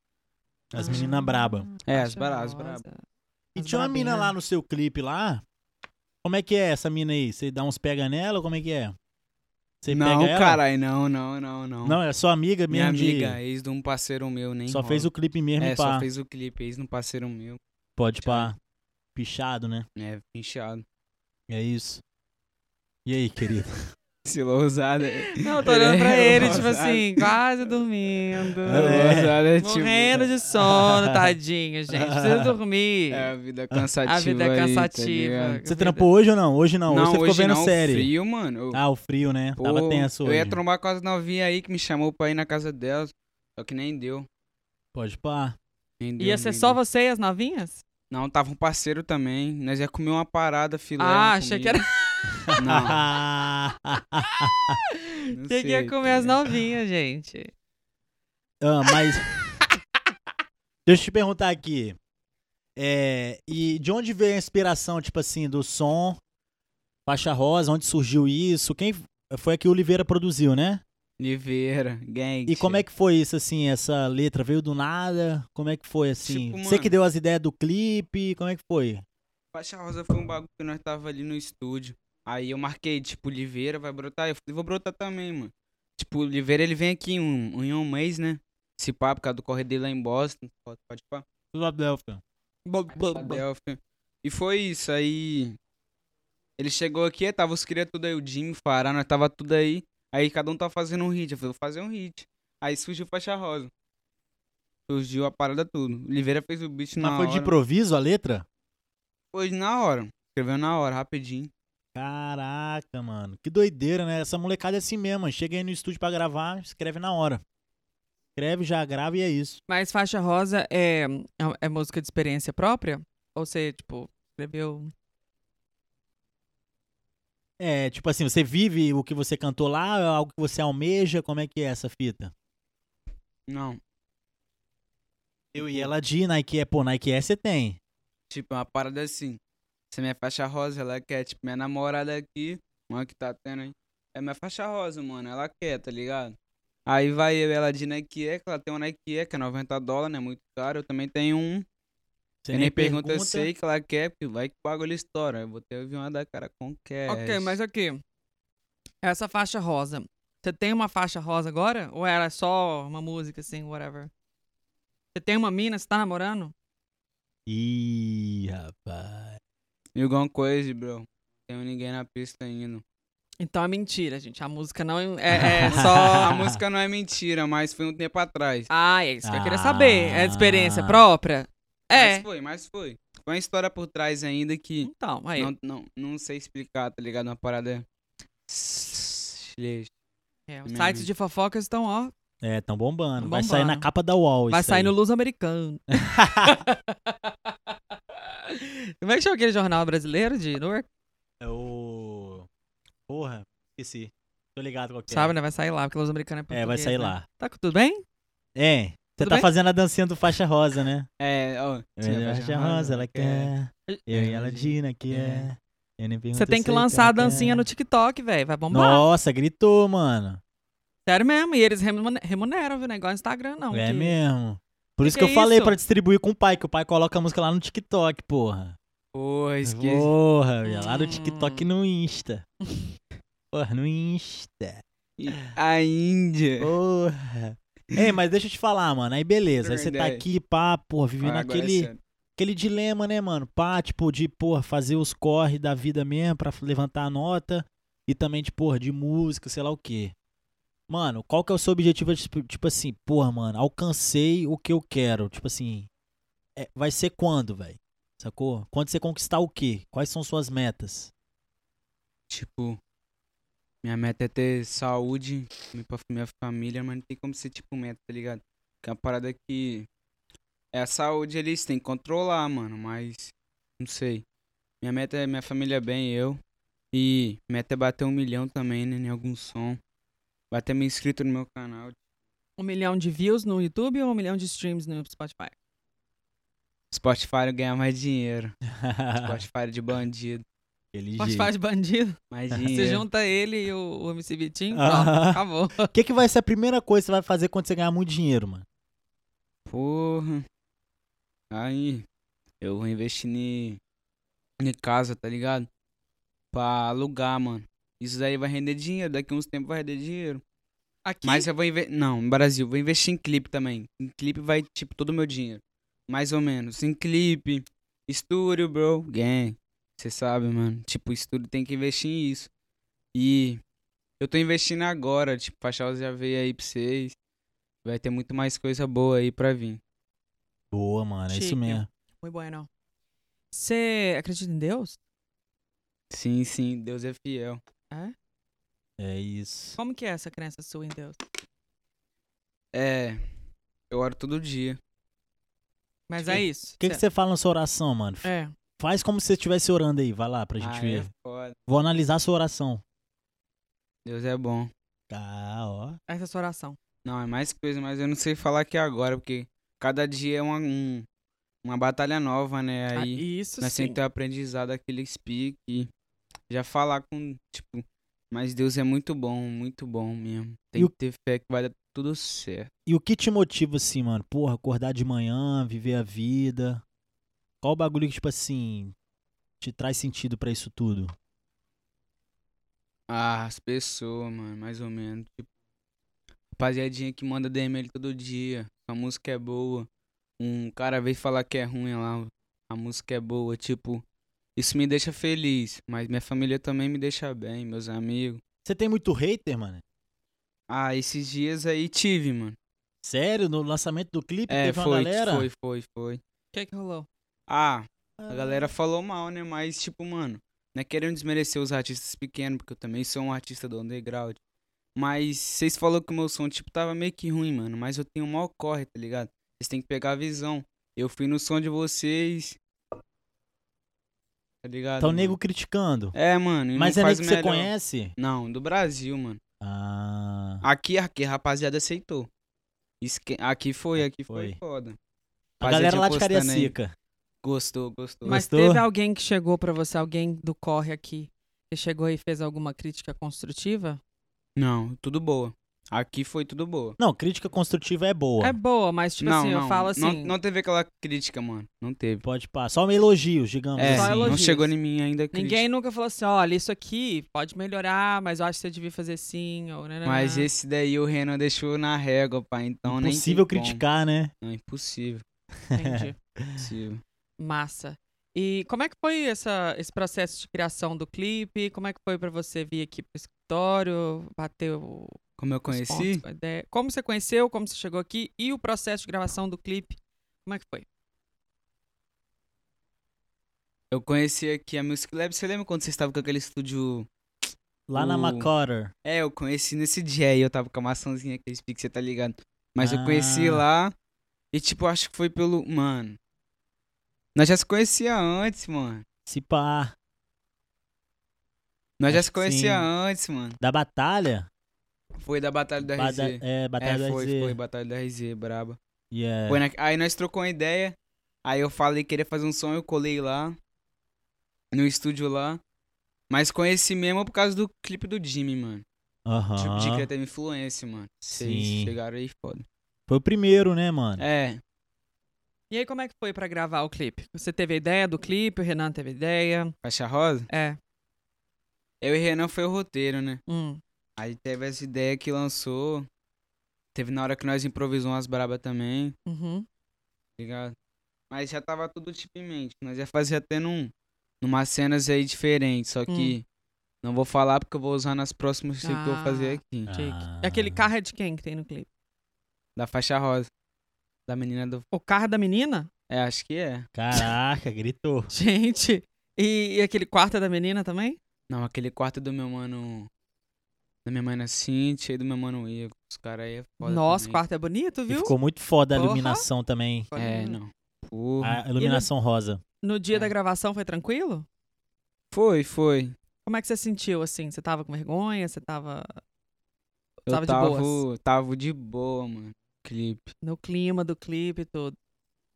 As
Ah,
meninas braba.
É, as
faixa
bra- as
rosa.
E
As
tinha uma mina
né?
brabinhas.
lá no seu clipe lá. Como é que é essa mina aí? Você dá uns pega nela ou como é que é? Você
não,
pega ela?
carai, não, não, não, não.
Não, é sua amiga
minha
mesmo de-
amiga, ex de um parceiro meu, nem.
Só fez o clipe mesmo
É,
e pá.
só fez o clipe, ex de um parceiro meu.
Pode pá. Pichado, né?
É, inchado.
É isso. E aí, querido?
Silousada.
Não, eu tô olhando pra ele, tipo
Rosado.
assim, quase dormindo.
É.
Silousada É é tipo.
Morrendo de sono, tadinho, gente. Precisa dormir.
É, a vida cansativa.
a vida
aí,
é
tá
cansativa.
ligado?
Você trampou hoje ou não? Hoje não. hoje você ficou
hoje
vendo
não,
série.
frio, mano. Eu,
Ah, o frio, né?
pô,
Tava tenso
Eu
hoje.
ia trombar com as novinhas aí que me chamou pra ir na casa delas. Só que nem deu.
Pode pá.
Nem deu
Ia ser
nem
só
deu.
você e as novinhas?
Não, tava um parceiro também. Nós ia comer uma parada, filé.
ah,
uma
achei que
comida.
era
Não, não
que ia
sei,
comer
tá
as
ligado?
novinhas, gente.
Ah, mas. Deixa eu te perguntar aqui. É, e de onde veio a inspiração, tipo assim, do som? Faixa Rosa, onde surgiu isso? Quem foi a que o Oliveira produziu, né?
Oliveira, gang.
E como é que foi isso, assim, essa letra? Veio do nada? Como é que foi, assim?
Tipo,
Você
mano-
que deu as ideias do clipe, como é que foi?
Faixa Rosa foi um bagulho que nós tava ali no estúdio. Aí eu marquei, tipo, Oliveira vai brotar. Eu falei, vou brotar também, mano. Tipo, o Oliveira ele vem aqui um, em um mês, né? Se pá, por causa do correr dele lá em Boston. Pode, pode pá.
Tá
Filadélfia. E foi isso, aí. Ele chegou aqui, aí tava os cria tudo aí, o Jim, o Fará, nós tava tudo aí. Aí cada um tava fazendo um hit. Eu falei, vou fazer um hit. Aí surgiu faixa rosa. Surgiu a parada tudo. Oliveira fez o beat na
Mas foi de
hora.
improviso a letra?
Foi na hora. Escreveu na hora, rapidinho.
Caraca, mano. Que doideira, né? Essa molecada é assim mesmo. mano. Chega aí no estúdio pra gravar, escreve na hora. Escreve, já grava e é isso.
Mas faixa rosa é, é música de experiência própria? Ou você, tipo, escreveu.
É, tipo assim, você vive o que você cantou lá, é algo que você almeja, como é que é essa fita?
Não.
Eu e ela de Nike é, pô, Nike é você tem.
Tipo, é uma parada assim. Essa é minha faixa rosa, ela quer, tipo, minha namorada aqui, uma que tá tendo aí. É minha faixa rosa, mano, ela quer, tá ligado? Aí vai eu, e ela de Nike é, que ela tem uma Nike é, que é 90 dólares, né? Muito caro. Eu também tenho um.
Você
eu nem pergunta, eu sei que ela quer, porque vai que o bagulho estoura. Eu vou ter que vir uma da cara com cash.
Ok, mas aqui. Essa faixa rosa. Você tem uma faixa rosa agora? Ou ela é só uma música, assim, whatever? Você tem uma mina, você tá namorando?
Ih, rapaz.
E alguma coisa, bro. Não tenho ninguém na pista ainda.
Então é mentira, gente. A música não é, é
A
só.
música não é mentira, mas foi um tempo atrás.
Ah, é isso que eu queria
Ah.
saber. É de experiência própria? É.
Mas foi, mas foi. Foi uma história por trás ainda que.
Então, aí.
Não, não, não sei explicar, tá ligado? Uma parada. Silêncio.
é, os
minha
sites
vida.
de fofocas estão, ó.
É, tão bombando.
Tão
Vai sair na
bombando.
capa da UOL
vai
isso
sair
aí.
no Luz Americano. Como é que chama aquele jornal brasileiro de Newark?
É o... Porra, esqueci. Tô ligado qual que é.
Sabe, né? Vai sair lá, porque Luz Americano é português.
É, vai sair
né?
lá.
Tá tudo bem?
É, você
Tudo
tá
bem?
fazendo a dancinha do Faixa Rosa, né?
É, ó. tinha
Melhor
faixa
de rosa, ela quer. Eu e
ela
ela,
diz,
Dina, que é. Eu nem
Você
pergunto
tem que
se ela
lançar a
quer.
dancinha no TikTok, velho. Vai bombar.
Nossa, gritou, mano.
Sério mesmo. E eles remune- remuneram, viu? Não é igual Instagram, não.
É
que-
mesmo. Por
Que
isso que,
que
eu
é
falei
isso?
pra distribuir com o pai, que o pai coloca a música lá no TikTok, porra.
Porra, esqueci.
Porra, velho, lá no
Hum.
TikTok e no Insta. Porra, no Insta.
E A Índia.
Porra. Ei, mas deixa eu te falar, mano. Aí beleza. Aí você tá
Verdade.
aqui, pá, porra, vivendo
Ah, agora é
aquele,
sério.
aquele dilema, né, mano? Pá, tipo, de, porra, fazer os corre da vida mesmo pra levantar a nota. E também, de, porra, de música, sei lá o quê. Mano, qual que é o seu objetivo? Tipo, tipo assim, porra, mano, alcancei o que eu quero. Tipo assim, é, vai ser quando, velho? Sacou? Quando você conquistar o quê? Quais são suas metas?
Tipo, minha meta é ter saúde, comer pra minha família, mas não tem como ser tipo meta, tá ligado? Porque é uma parada que. É a saúde, eles têm que controlar, mano, mas. Não sei. Minha meta é minha família bem, eu. E meta é bater um milhão também, né? Em algum som. Bater mil inscrito no meu canal.
Um milhão de views no YouTube ou um milhão de streams no Spotify?
Spotify ganhar mais dinheiro. Spotify de bandido.
Aquele
Spotify de bandido.
Mais
É.
Você
dinheiro.
junta ele e o, o MC Vitinho,
Ah.
pronto, acabou.
O que, que vai ser a primeira coisa que você vai fazer quando você ganhar muito dinheiro, mano?
Porra. Aí, eu vou investir em, em casa, tá ligado? Pra alugar, mano. Isso daí vai render dinheiro, daqui uns tempos vai render dinheiro.
Aqui,
Mas eu vou investir. Não, no Brasil, vou investir em clipe também. Em clipe vai, tipo, todo o meu dinheiro. Mais ou menos. Em clipe, estúdio, bro, gang. Você sabe, mano. Tipo, estúdio tem que investir em isso. E eu tô investindo agora. Tipo, Fachal já veio aí pra vocês. Vai ter muito mais coisa boa aí pra vir.
Boa, mano, é isso
Chique.
mesmo.
muito bueno. Você acredita em Deus?
Sim, sim, Deus é fiel.
É?
É isso.
Como que é essa crença sua em Deus?
É. Eu oro todo dia.
Mas
Tipo,
é isso.
O que, que você fala na sua oração, mano?
É.
Faz como se você estivesse orando aí, vai lá pra gente
Ah, é
ver.
foda.
Vou analisar a sua oração.
Deus é bom.
Tá, ó.
Essa é a sua oração.
Não, é mais coisa, mas eu não sei falar aqui agora, porque cada dia é uma, um- uma batalha nova, né?
Ah,
Aí
isso
nós
sim.
temos que ter o aprendizado aquele speak e já falar com, tipo, mas Deus é muito bom, muito bom mesmo. Tem
E o-
que ter fé que vai dar tudo certo.
E o que te motiva assim, mano? Porra, acordar de manhã, viver a vida. Qual o bagulho que, tipo assim, te traz sentido pra isso tudo?
Ah, as pessoas, mano, mais ou menos. Tipo, rapaziadinha que manda DM ele todo dia. A música é boa. Um cara veio falar que é ruim lá. A música é boa. Tipo, isso me deixa feliz. Mas minha família também me deixa bem, meus amigos.
Você tem muito hater, mano?
Ah, esses dias aí tive, mano.
Sério? No lançamento do clipe
É,
teve uma
foi,
galera?
foi, foi, foi.
O que que rolou?
Ah, a galera falou mal, né? Mas, tipo, mano, não é querendo desmerecer os artistas pequenos, porque eu também sou um artista do underground. Mas vocês falaram que o meu som, tipo, tava meio que ruim, mano. Mas eu tenho um mau corre, tá ligado? Vocês têm que pegar a visão. Eu fui no som de vocês. Tá ligado?
Tá o
mano?
nego criticando.
É, mano. e
Mas
não
é
faz
nego que você
melhor.
conhece?
Não, do Brasil, mano.
Ah.
Aqui, aqui, a rapaziada aceitou. Esque- Aqui foi, aqui
É,
foi,
Foi.
foda.
A galera
Rapaziadinha
lá de
postando aí.
Cariacica.
Gostou, gostou.
Mas
Gostou?
teve alguém que chegou pra você, alguém do corre aqui, que chegou e fez alguma crítica construtiva?
Não, tudo boa. Aqui foi tudo boa.
Não, crítica construtiva é boa.
É boa, mas tipo
não,
assim,
não,
eu falo assim.
não, não teve aquela crítica, mano. Não teve.
Pode pá. Só elogios, digamos
É,
Só
assim.
não
elogios.
chegou em mim ainda a crítica.
Ninguém nunca falou assim, olha, isso aqui pode melhorar, mas eu acho que você devia fazer sim, ou né, nananã.
Mas esse daí o Renan deixou na régua, pai. Então nem.
Impossível
tem como.
criticar, né?
Não, impossível.
Entendi.
impossível.
Massa. E como é que foi essa, esse processo de criação do clipe? Como é que foi pra você vir aqui pro escritório, bater o,
Como eu
os
conheci,
pontos, a ideia? Como você conheceu, como você chegou aqui e o processo de gravação do clipe? Como é que foi?
eu conheci aqui a Music Lab. Você lembra quando vocês estavam com aquele estúdio?
Lá na
O-
Macotter.
É, eu conheci nesse dia aí. Eu tava com a maçãzinha, aquele speak, você tá ligado? Mas eu conheci
Ah.
lá. E tipo, acho que foi pelo. Mano. Nós já se conhecia antes, mano.
Se pá.
Nós já
Acho
se
que
conhecia
sim.
antes, mano.
Da batalha?
Foi da Batalha da
Bada-
RZ.
É, batalha
é,
da
foi,
RZ.
foi, Batalha da RZ, braba.
Yeah.
Foi na- Aí nós trocou uma ideia. Aí eu falei que queria fazer um som, eu colei lá. No estúdio lá. Mas conheci mesmo por causa do clipe do Jimmy, mano.
Aham.
Tipo, de que teve influência, mano. Vocês
Ah. Sim.
chegaram aí, foda.
Foi o primeiro, né, mano?
É,
E aí, como é que foi pra gravar o clipe? Você teve a ideia do clipe, o Renan teve a ideia.
Faixa Rosa?
É.
Eu e Renan foi o roteiro, né?
Hum.
Aí teve essa ideia que lançou. Teve na hora que nós improvisamos umas braba também.
Uhum.
ligado? Mas já tava tudo tipo em mente. Nós ia fazer até num, numas cenas aí diferentes, só que
Hum.
não vou falar porque eu vou usar nas próximas que eu vou fazer aqui.
Ah.
Jake. E aquele carro é de quem que tem no clipe?
Da faixa rosa. Da menina do.
O carro da menina?
É, acho que é.
Caraca, gritou.
Gente, e, e aquele quarto é da menina também?
Não, aquele quarto do meu mano. Da minha mana Cintia e do meu mano Igor. Os caras aí é foda.
Nossa, o
também.
quarto é bonito,
E
viu?
ficou muito foda a
Porra.
iluminação também.
É, não. Porra.
A iluminação rosa.
No dia
É.
da gravação foi tranquilo?
Foi, foi.
Como é que você sentiu, assim? Você tava com vergonha? Você tava
Eu
Tava
tava,
de boas.
tava de boa, mano. Clipe.
no clima do clipe e tudo?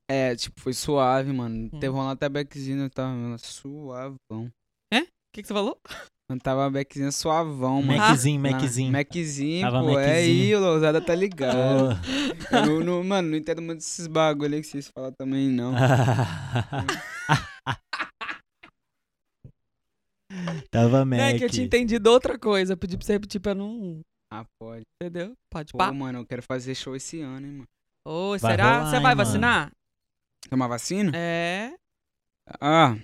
É, tipo, foi suave, mano.
Hum.
Teve um lá backzinho, eu tava mano, suavão.
O que, que você falou?
Eu tava uma backzinha suavão, mano.
Maczinho,
Na-
Maczinho.
Maczinho,
Tava
pô. É
Maczinho.
aí, o Lousada tá ligado.
Oh.
Eu não- não- mano, não entendo muito esses bagulho aí que vocês falam também, não.
Ah. Tava Mac.
É que eu tinha entendido outra coisa. Eu pedi pra você repetir pra não.
Ah, pode.
Entendeu? Pode
Pô,
pá.
mano, eu quero fazer show esse ano, hein, mano.
Ô,
Vai
será?
rolar,
você
hein,
vai
mano?
vacinar?
Tomar vacina?
É.
Ah,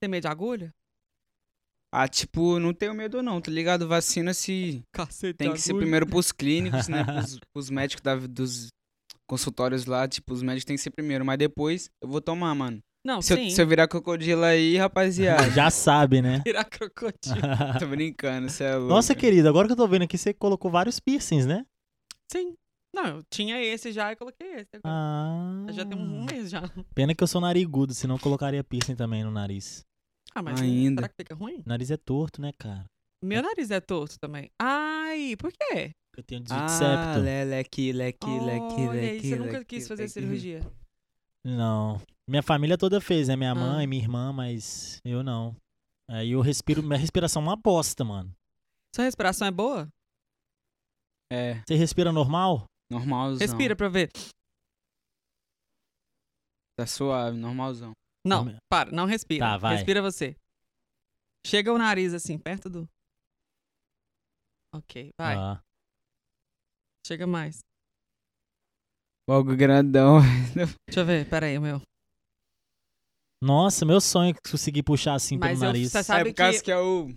Tem medo de agulha?
ah, tipo, não tenho medo não, tá ligado? Vacina se...
Cacete.
Tem que ser primeiro pros clínicos, né? Pros, pros médicos da- dos consultórios lá, tipo, os médicos têm que ser primeiro. Mas depois eu vou tomar, mano.
Não,
Se
sim.
eu, se eu virar crocodilo aí, rapaziada.
Já sabe, né?
Virar crocodilo.
tô brincando, você é louco.
Nossa, querido, agora que eu tô vendo aqui, você colocou vários piercings, né?
Sim. Não, eu tinha esse já e coloquei esse. agora.
Ah.
Já tem um mês já.
Pena que eu sou narigudo, senão eu colocaria piercing também no nariz.
Ah, mas
Ainda.
será que fica ruim?
Nariz é torto, né, cara?
Meu nariz é torto também. Ai, por quê?
Eu tenho desvio de
Ah,
septo.
leleque, leque, leque,
Olha aí,
leque,
você nunca
leque,
quis fazer
leque.
cirurgia.
Não. Minha família toda fez, né? Minha
Ah.
mãe, minha irmã, mas eu não. Aí eu respiro, minha respiração é uma bosta, mano.
Sua respiração é boa?
É,
Você respira normal?
normalzão.
Respira pra eu ver.
Tá suave, normalzão.
Não,
Come-
para, não respira.
Tá, vai.
Respira você. Chega o nariz assim, perto do. Ok, vai.
Ah.
Chega mais.
Logo grandão.
Deixa eu ver, peraí, meu.
Nossa, meu sonho é conseguir puxar assim
Mas
pelo
eu-
nariz.
você sabe-
é por causa
que-
que, é o...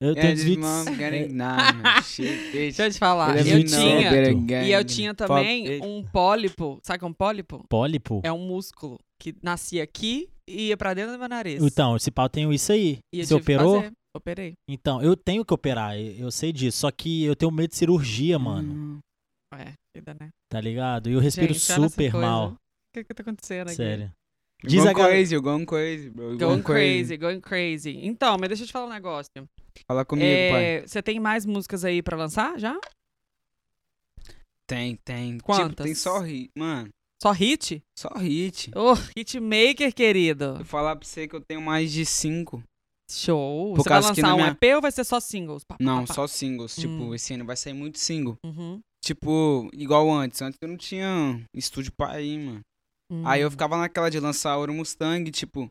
Eu tenho
É,
desvio
this
de
mom
se-
getting
é,
nine, shit, bitch.
Deixa eu te falar.
Ele é
eu
muito
tinha.
sério.
E eu tinha também um pólipo. Sabe o que é um pólipo?
pólipo.
É um músculo que nascia aqui e ia pra dentro do meu nariz.
Então, esse pau tem isso aí.
E eu
Você
tive que
operou?
fazer. Operei.
Então, eu tenho que operar, eu eu sei disso. Só que eu tenho medo de cirurgia, mano.
É, vida, né?
Tá ligado? E eu respiro
Gente, olha essa
super
coisa.
mal.
O que, que tá acontecendo aqui?
Sério. Diz
Diz
a
going
galera-
crazy, going crazy, bro.
Going crazy, going crazy. Então, mas deixa eu te falar um negócio.
Fala comigo, pai.
É, Você tem mais músicas aí pra lançar já?
Tem, tem. Tipo,
Quantas?
tem só hit. Mano,
Só hit?
só hit.
Ô, hitmaker, querido.
Eu falar pra você que eu tenho mais de cinco.
Show.
Por
Você vai
causa que
lançar
na
um
minha-
EP ou vai ser só singles? Pá, pá,
Não,
pá, pá.
só singles.
Hum.
Tipo, esse ano vai sair muito single.
Uhum.
Tipo, igual antes. Antes eu não tinha estúdio pra ir, mano.
Uhum.
Aí eu
Hum.
ficava naquela de lançar Ouro Mustang, tipo.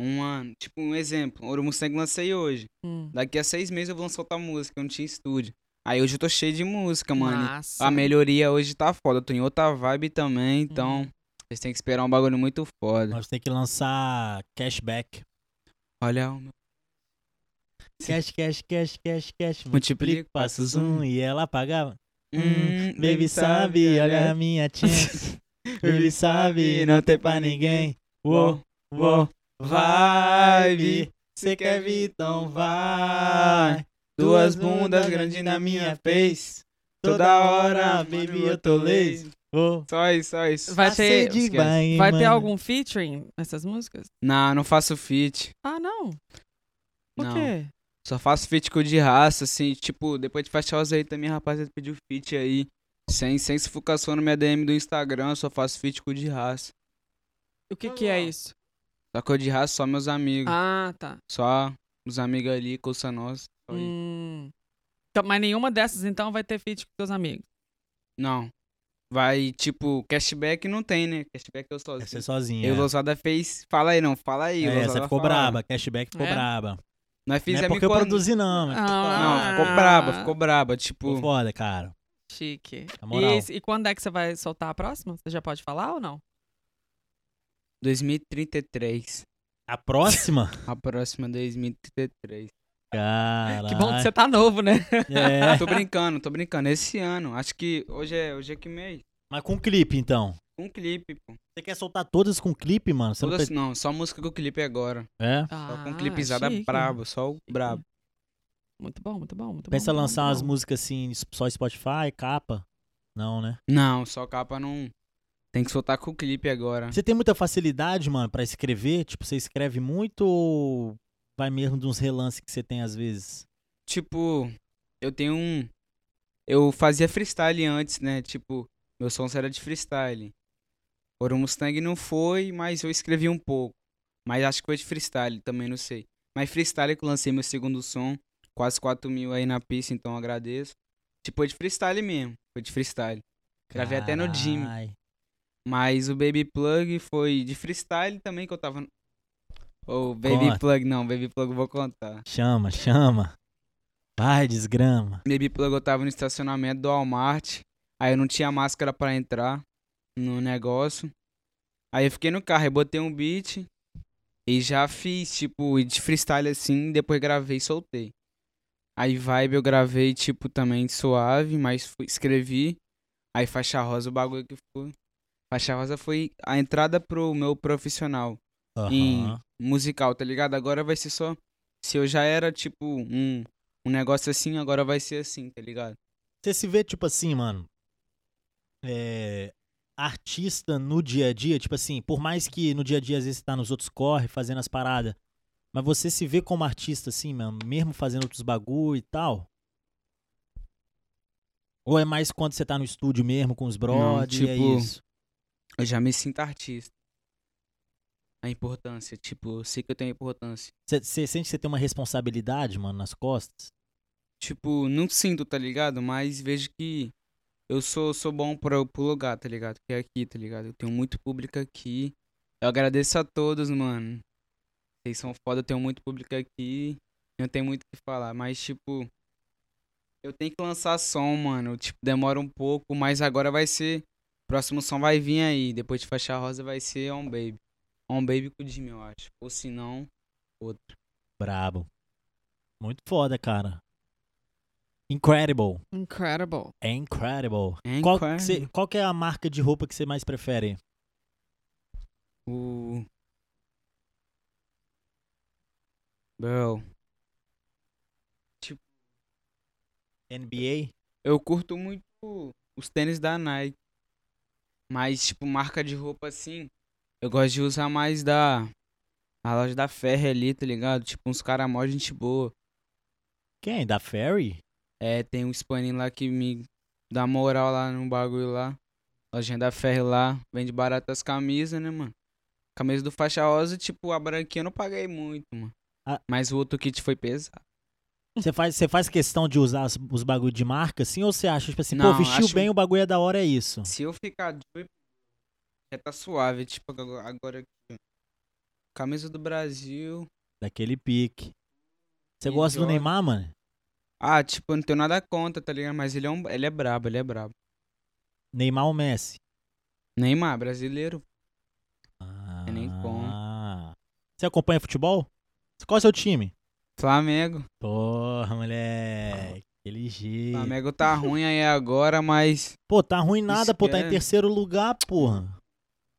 Um ano. Tipo, um exemplo. Ouro Mustang lancei hoje.
Hum.
Daqui a seis meses eu vou lançar outra música. Eu não tinha estúdio. Aí hoje eu tô cheio de música, mano.
Massa.
A melhoria hoje tá foda. Eu tô em outra vibe também, então.
Uhum.
Vocês têm que esperar um bagulho muito foda.
Nós temos que lançar cashback.
Olha o meu.
Cash, cash, cash, cash, cash.
Multiplico,
Multiplico, passo zoom um e ela pagava.
Hum,
Baby sabe, olha a minha tia. Baby sabe, não tem pra ninguém. Uou, uou, vibe. Cê quer vir, então vai.
Duas bundas grandes na minha face. Toda hora, baby, eu tô lazy.
Uou,
Só isso, só isso.
Vai ter,
sede
esquece.
vai,
vai ter
mano.
algum featuring nessas músicas?
Não, não faço feat.
Ah, não. Por
Não.
quê?
Só faço feat com o de raça, assim. Tipo, depois de fechar os aí também, rapaziada, pediu feat aí. Sem, sem sufocação na minha DM do Instagram, eu só faço feat com o de raça.
O que, que é isso?
Só que o de raça, só meus amigos.
Ah, tá.
Só os amigos ali, coça nós. só isso.
Hum. Então, mas nenhuma dessas, então, vai ter feat com seus amigos.
Não. Vai, tipo, cashback não tem, né? Cashback eu
Vai ser
sozinho.
sozinho.
Eu,
é.
Lousada, fez. Fala aí, não. Fala aí.
É,
Lousada
essa ficou
fala.
braba. Cashback ficou
É?
braba.
Nós
Não é
fizemos
porque eu
quando?
produzi, não. mas ficou foda.
Ah.
Não, ficou braba, ficou braba.
Ficou
Tipo,
foda, cara.
Chique.
Na moral.
E, e quando é que você vai soltar a próxima? Você já pode falar ou não?
2033.
A próxima?
A próxima é 2033.
Cara.
Que bom que você tá novo, né?
É.
Ah, Tô brincando, tô brincando. Esse ano. Acho que hoje é, hoje é que mês?
Mas com clipe, então.
Um clipe, pô.
Você quer soltar todas com clipe, mano? Você não
Todas não, só música com clipe agora.
pre- É?
Só com um
Ah,
clipezada
chique.
brabo, só o brabo.
Muito bom, muito bom, muito bom.
Pensa
muito bom,
lançar
muito
umas
bom.
músicas assim, só Spotify, capa? Não, né?
Uhum.
Não, só capa não. Tem que soltar com o clipe agora.
Você tem muita facilidade, mano, pra escrever? Tipo, você escreve muito ou vai mesmo de uns relances que você tem às vezes?
Tipo, eu tenho um. Eu fazia freestyle antes, né? Tipo, meu som era de freestyle. Oro Mustang não foi, mas eu escrevi um pouco. Mas acho que foi de freestyle, também não sei. Mas freestyle que eu lancei meu segundo som, quase 4 mil aí na pista, então eu agradeço. Tipo, foi de freestyle mesmo, foi de freestyle. Gravei até no gym.
Carai.
Mas o Baby Plug foi de freestyle também que eu tava. no- Ou Baby
Conta.
Plug, não, Baby Plug eu vou contar.
Chama, chama. Vai, desgrama.
Baby Plug eu tava no estacionamento do Walmart. Aí eu não tinha máscara pra entrar no negócio. Aí eu fiquei no carro, aí botei um beat. E já fiz, tipo, de freestyle assim. Depois gravei e soltei. Aí vibe eu gravei, tipo, também suave, mas fui- escrevi. Aí faixa rosa o bagulho que foi. Faixa rosa foi a entrada pro meu profissional
Aham.
Em- musical, tá ligado? Agora vai ser só. Se eu já era, tipo, um, um negócio assim, agora vai ser assim, tá ligado?
Você se vê, tipo assim, mano. é, artista no dia a dia, tipo assim, por mais que no dia a dia às vezes você tá nos outros corre fazendo as paradas, mas você se vê como artista, assim, mano, mesmo fazendo outros bagulho e tal? Ou é mais quando você tá no estúdio mesmo, com os brothers, e é
tipo,
isso?
Eu já me sinto artista. A importância, tipo, eu sei que eu tenho importância.
Você sente que você tem uma responsabilidade, mano, nas costas?
Tipo, não sinto, tá ligado? Mas vejo que eu sou, sou bom pro, pro lugar, tá ligado? Que é aqui, tá ligado? Eu tenho muito público aqui. Eu agradeço a todos, mano. Vocês são foda, eu tenho muito público aqui. Não tem muito o que falar, mas tipo. Eu tenho que lançar som, mano. Tipo, demora um pouco, mas agora vai ser. Próximo som vai vir aí. Depois de Faixa Rosa vai ser On Baby. On Baby com o Jimmy, eu acho. Ou se não, outro.
Brabo. Muito foda, cara. Incredible.
Incredible.
É incredible.
É
Qual,
incrível.
que cê- qual que é a marca de roupa que você mais prefere?
O. Bro.
NBA?
Eu curto muito os tênis da Nike. Mas, tipo, marca de roupa assim. Eu gosto de usar mais da. A loja da Ferre ali, tá ligado? Tipo, uns caras mó gente boa.
Quem? Da Ferry?
É, tem um paninhos lá que me dá moral lá no bagulho lá. Lojinha da Ferre lá. Vende barato as camisas, né, mano? Camisa do faixa rosa, tipo, a branquinha eu não paguei muito, mano.
Ah.
Mas o outro kit foi pesado.
Você faz, cê faz questão de usar as- os bagulho de marca, assim? Ou você acha, tipo assim,
Não,
pô, vestiu
acho-
bem, o bagulho é da hora, é isso?
Se eu ficar drip, já tá suave. Tipo, ago- agora aqui. ó. Camisa do Brasil.
Daquele pique. Você
E
gosta do
Jordan.
Neymar, mano?
Ah, tipo, eu não tenho nada contra, tá ligado? Mas ele é, um, ele é brabo, ele é brabo.
Neymar ou Messi?
Neymar, brasileiro.
Ah.
nem como.
Você Ah. acompanha futebol? Qual é o seu time?
Flamengo.
Porra, moleque.
Ah,
Aquele jeito.
Flamengo tá ruim aí agora, mas
Pô, tá ruim nada, pô. Tá em
Esquece.
terceiro lugar, porra.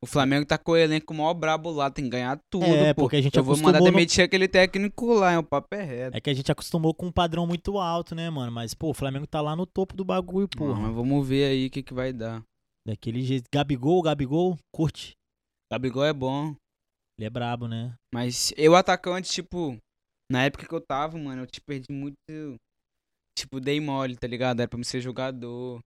o Flamengo tá com o elenco maior brabo lá. Tem que ganhar tudo,
É,
pô.
porque a gente
Eu vou
acostumou
mandar
no-
demitir aquele técnico lá, é um papo é reto.
É que a gente acostumou com um padrão muito alto, né, mano? Mas, pô, o Flamengo tá lá no topo do bagulho,
Pô,
porra.
mas vamos ver aí o que, que vai dar.
Daquele jeito. Gabigol, Gabigol, curte.
Gabigol é bom.
Ele é brabo, né?
Mas eu atacante, tipo, na época que eu tava, mano, eu te perdi muito. Tipo, dei mole, tá ligado? Era pra me ser jogador.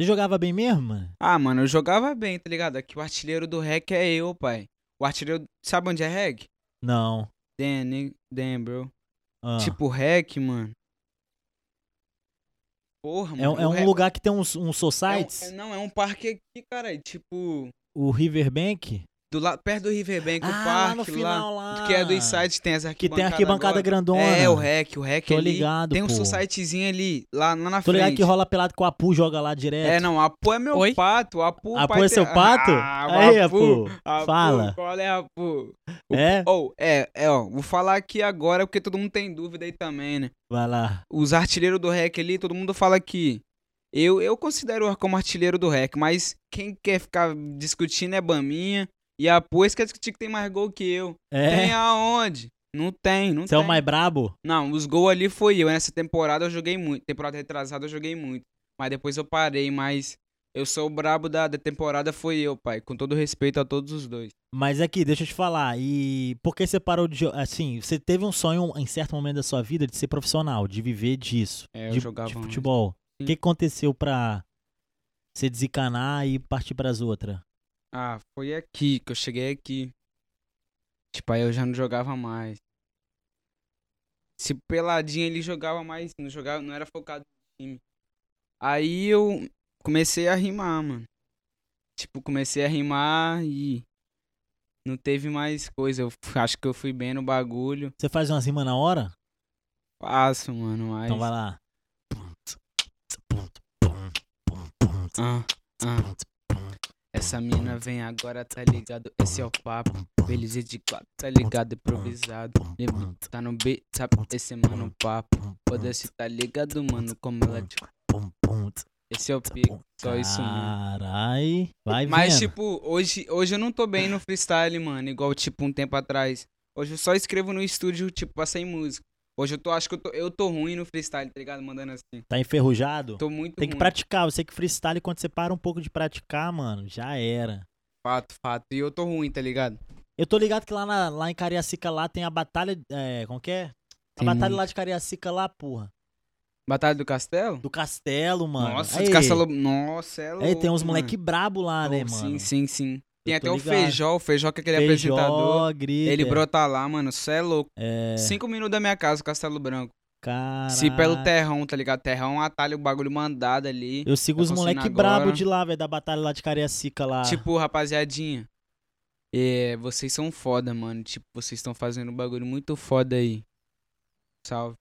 Você jogava bem mesmo, mano?
Ah, mano, eu jogava bem, tá ligado? Aqui o artilheiro do REC é eu, pai. O artilheiro. Sabe onde é REC?
Não.
Damn, ni- damn, bro.
Ah.
Tipo, REC, mano. Porra,
é,
mano.
um- é
o
um
rec-
lugar que tem uns, uns
é um- é-
societies.
não, é um parque aqui, cara. Tipo,
O Riverbank.
do la... perto do Riverbank, o
ah, lá
parque
no final lá.
Que é dos sites, tem as
Que tem
arquibancadas.
a arquibancada
agora.
grandona.
É, o REC, o REC
Tô
ali.
ligado,
Tem um
pô.
societyzinho ali, lá, lá na
Tô ligado
frente.
que rola pelado com o Apu, joga lá direto.
É, não, Apu é meu
Oi?
pato, Apu... o
Apu
pai
é seu
tem-
pato?
Ah, o
Aí,
Apu,
Apu, fala.
Qual é, Apu?
É?
Ou, é, é, ó, vou falar aqui agora, porque todo mundo tem dúvida aí também, né?
Vai lá.
Os artilheiros do REC ali, todo mundo fala que Eu, eu considero o Arco como artilheiro do REC, mas quem quer ficar discutindo é Baminha. E a Pois quer discutir que tem mais gol que eu. Tem
É.
aonde? Não tem, não
Você é
tem.
o mais brabo?
Não, os gols ali foi eu. Nessa temporada eu joguei muito. Temporada retrasada eu joguei muito. Mas depois eu parei, mas eu sou o brabo da, da temporada, foi eu, pai. Com todo respeito a todos os dois.
Mas aqui, deixa eu te falar, e por que você parou de. jo- Assim, você teve um sonho em certo momento da sua vida de ser profissional, de viver disso,
É, eu
de,
jogava
de
antes.
futebol. O
Sim.
que que aconteceu pra você desencanar e partir pras outras?
Ah, foi aqui que eu cheguei aqui. Tipo, aí eu já não jogava mais. Se peladinha ele jogava mais, não jogava, não era focado no time. Aí eu comecei a rimar, mano. Tipo, comecei a rimar e não teve mais coisa. Eu f- acho que eu fui bem no bagulho.
Você faz umas rimas na hora?
Passo, mano, mas
Então vai lá.
Ah, ah. Essa mina vem agora, tá ligado? Esse é o papo. Beleza de quatro, tá ligado? Improvisado. Levanta Tá no beat, sabe? Esse é mano o papo. Foda-se, tá ligado, mano? Como ela te... Esse
tá
é o pico, só isso mesmo.
Carai. Vai
Mas,
Tá vendo.
tipo, hoje, hoje eu não tô bem no freestyle, mano. Igual, tipo, um tempo atrás. Hoje eu só escrevo no estúdio, tipo, pra sair música. Hoje eu tô, acho que eu tô, eu tô ruim no freestyle, tá ligado? Mandando assim.
Tá enferrujado?
Tô muito
Tem que
ruim.
praticar. Você que freestyle, quando você para um pouco de praticar, mano, já era.
Fato, fato. E eu tô ruim, tá ligado?
Eu tô ligado que lá, na- lá em Cariacica lá tem a batalha. É, como que é? A
Tem
batalha
muito.
lá de Cariacica lá, porra.
Batalha do Castelo?
Do castelo, mano.
Nossa,
Aí,
de Castelo... Nossa, é louco,
Aí tem uns
mano.
moleque brabo lá, né,
Oh,
mano?
Sim, sim, sim. Tem
Eu
até
tô
o
ligado.
Feijó, o Feijó que é aquele
Feijó, é.
apresentador.
Grita,
Ele brota lá, mano. Cê é louco.
É,
Cinco minutos da minha casa, Castelo Branco.
caralho.
Se pelo terrão, tá ligado? Terrão atalha o bagulho mandado ali.
Eu sigo
Tá
os moleque
funcionando
brabo
agora.
de lá, velho, da batalha lá de Cariacica lá.
Tipo, rapaziadinha. É, vocês são foda, mano. Tipo, vocês estão fazendo um bagulho muito foda aí. Salve.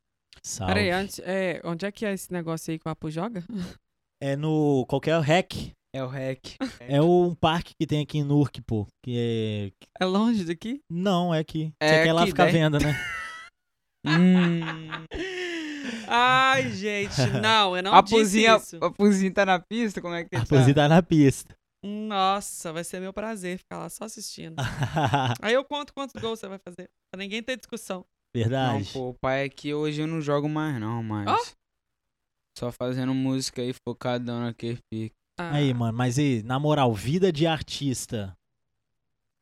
Salve.
Peraí, antes, é, onde é que é esse negócio aí que o Apu joga?
É no. Qualquer rec.
É o REC.
É um parque que tem aqui em Nurk, pô. Que é.
É longe daqui?
Não, é aqui.
É
Você quer lá
aqui,
ficar
né?
vendo, né?
hum.
Ai, gente, não, eu não
a,
disse
puzinha,
isso.
a puzinha tá na pista? Como é que
A
tá?
poesia tá na pista.
Nossa, vai ser meu prazer ficar lá só assistindo.
Ah.
Aí eu conto quantos gols você vai fazer, pra ninguém ter discussão.
Verdade.
Não, pô, o pai é que hoje eu não jogo mais, não, mas.
Ó.
Só fazendo música aí focadão naquele pique.
Ah,
Aí, mano, mas e, na moral, vida de artista,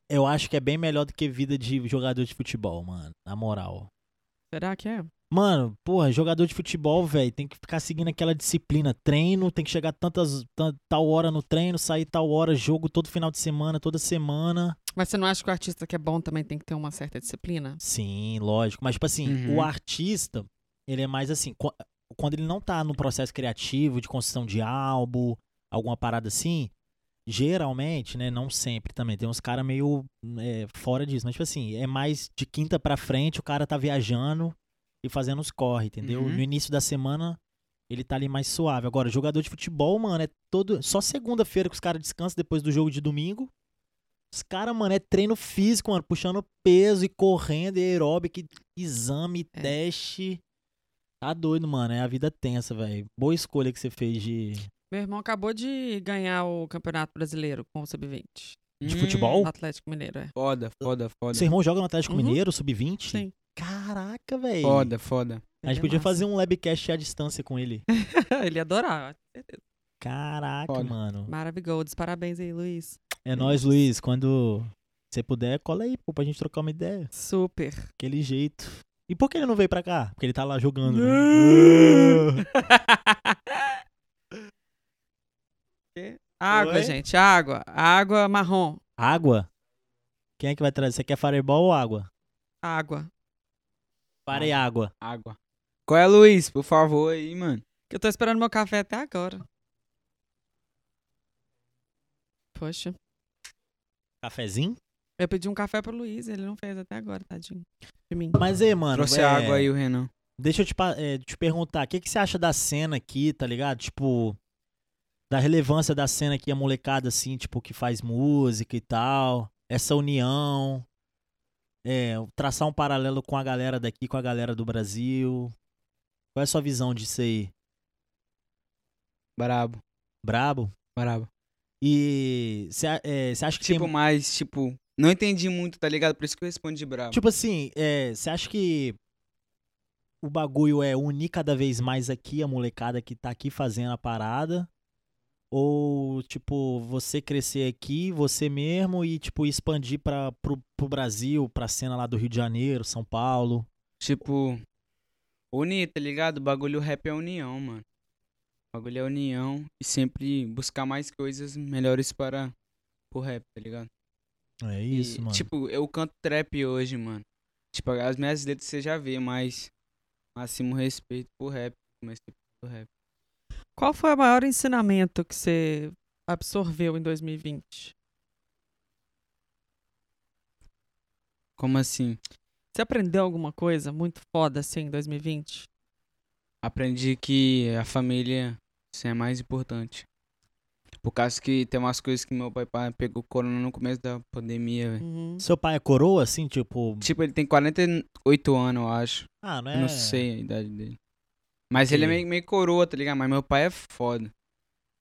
eu acho que é bem melhor do que vida de jogador de futebol, mano. Na moral.
Será que é?
Mano, porra, jogador de futebol, velho, tem que ficar seguindo aquela disciplina. Treino, tem que chegar tantas, tan- tal hora no treino, sair tal hora, jogo todo final de semana, toda semana.
Mas você não acha que o artista que é bom também tem que ter uma certa disciplina?
Sim, lógico. Mas, tipo assim,
Uhum.
o artista, ele é mais assim, qu- quando ele não tá no processo criativo, de construção de álbum, alguma parada assim, geralmente, né, não sempre também, tem uns caras meio é, fora disso, mas tipo assim, é mais de quinta pra frente, o cara tá viajando e fazendo os corre, entendeu?
Uhum.
No início da semana, ele tá ali mais suave. Agora, jogador de futebol, mano, é todo... Só segunda-feira que os caras descansam depois do jogo de domingo. Os caras, mano, é treino físico, mano, puxando peso e correndo, e aeróbico, e exame,
É.
teste. Tá doido, mano. É a vida tensa, velho. Boa escolha que você fez de,
Meu irmão acabou de ganhar o Campeonato Brasileiro com o Sub-20.
de futebol.
do Atlético Mineiro, é.
Hum. Foda, foda, foda.
Seu irmão joga no Atlético
Uhum.
Mineiro, sub-20?
Sim.
Caraca, velho.
Foda, foda.
A gente
Ele é
podia
massa.
fazer um labcast à distância com ele.
Ele ia adorar.
Caraca,
Foda.
mano.
Maravigold, parabéns aí, Luiz.
É nóis, Luiz. Quando você puder, cola aí, pô, pra gente trocar uma ideia.
Super.
Aquele jeito. E por que ele não veio pra cá? Porque ele tá lá jogando. Né?
Não. Que? água,
Oi?
gente, água. Água marrom.
água? Quem é que vai trazer? Você quer fireball ou água?
Água.
Fire e
Ah.
água.
Água. Qual é, Luiz? Por favor aí, mano.
Que eu tô esperando meu café até agora. Poxa.
Cafezinho?
Eu pedi um café pro Luiz, ele não fez até agora, tadinho. De mim.
Mas aí, mano.
Trouxe
é,
água aí, o Renan.
Deixa eu te, pa- é, te perguntar, o que, que você acha da cena aqui, tá ligado? Tipo, da relevância da cena aqui, a molecada, assim, tipo, que faz música e tal, essa união, é, traçar um paralelo com a galera daqui, com a galera do Brasil. Qual é a sua visão disso aí?
Brabo,
Brabo.
brabo.
E você é, cê acha que
Tipo,
tem...
mas, tipo, não entendi muito, tá ligado? Por isso que eu respondi brabo.
Tipo assim, você acha que o bagulho é unir cada vez mais aqui a molecada que tá aqui fazendo a parada? Ou, tipo, você crescer aqui, você mesmo, e, tipo, expandir pra, pro, pro Brasil, pra cena lá do Rio de Janeiro, São Paulo?
Tipo, unir, tá ligado? O bagulho rap é união, mano. O bagulho é união e sempre buscar mais coisas melhores para o rap, tá ligado?
É
E,
isso, mano.
Tipo, eu canto trap hoje, mano. Tipo, as minhas letras você já vê, mas máximo respeito pro rap. Comecei pro rap.
Qual foi o maior ensinamento que você absorveu em 2020?
Como assim?
Você aprendeu alguma coisa muito foda assim em 2020?
Aprendi que a família isso é mais importante. Por causa que tem umas coisas que meu pai pá, pegou corona no começo da pandemia, velho.
Uhum.
Seu pai é coroa, assim, tipo...
Tipo, ele tem 48 anos, eu acho.
Ah, não
Eu
é...
não sei a idade dele. Mas ele é
Ok.
meio, meio coroa, tá ligado? Mas meu pai é foda.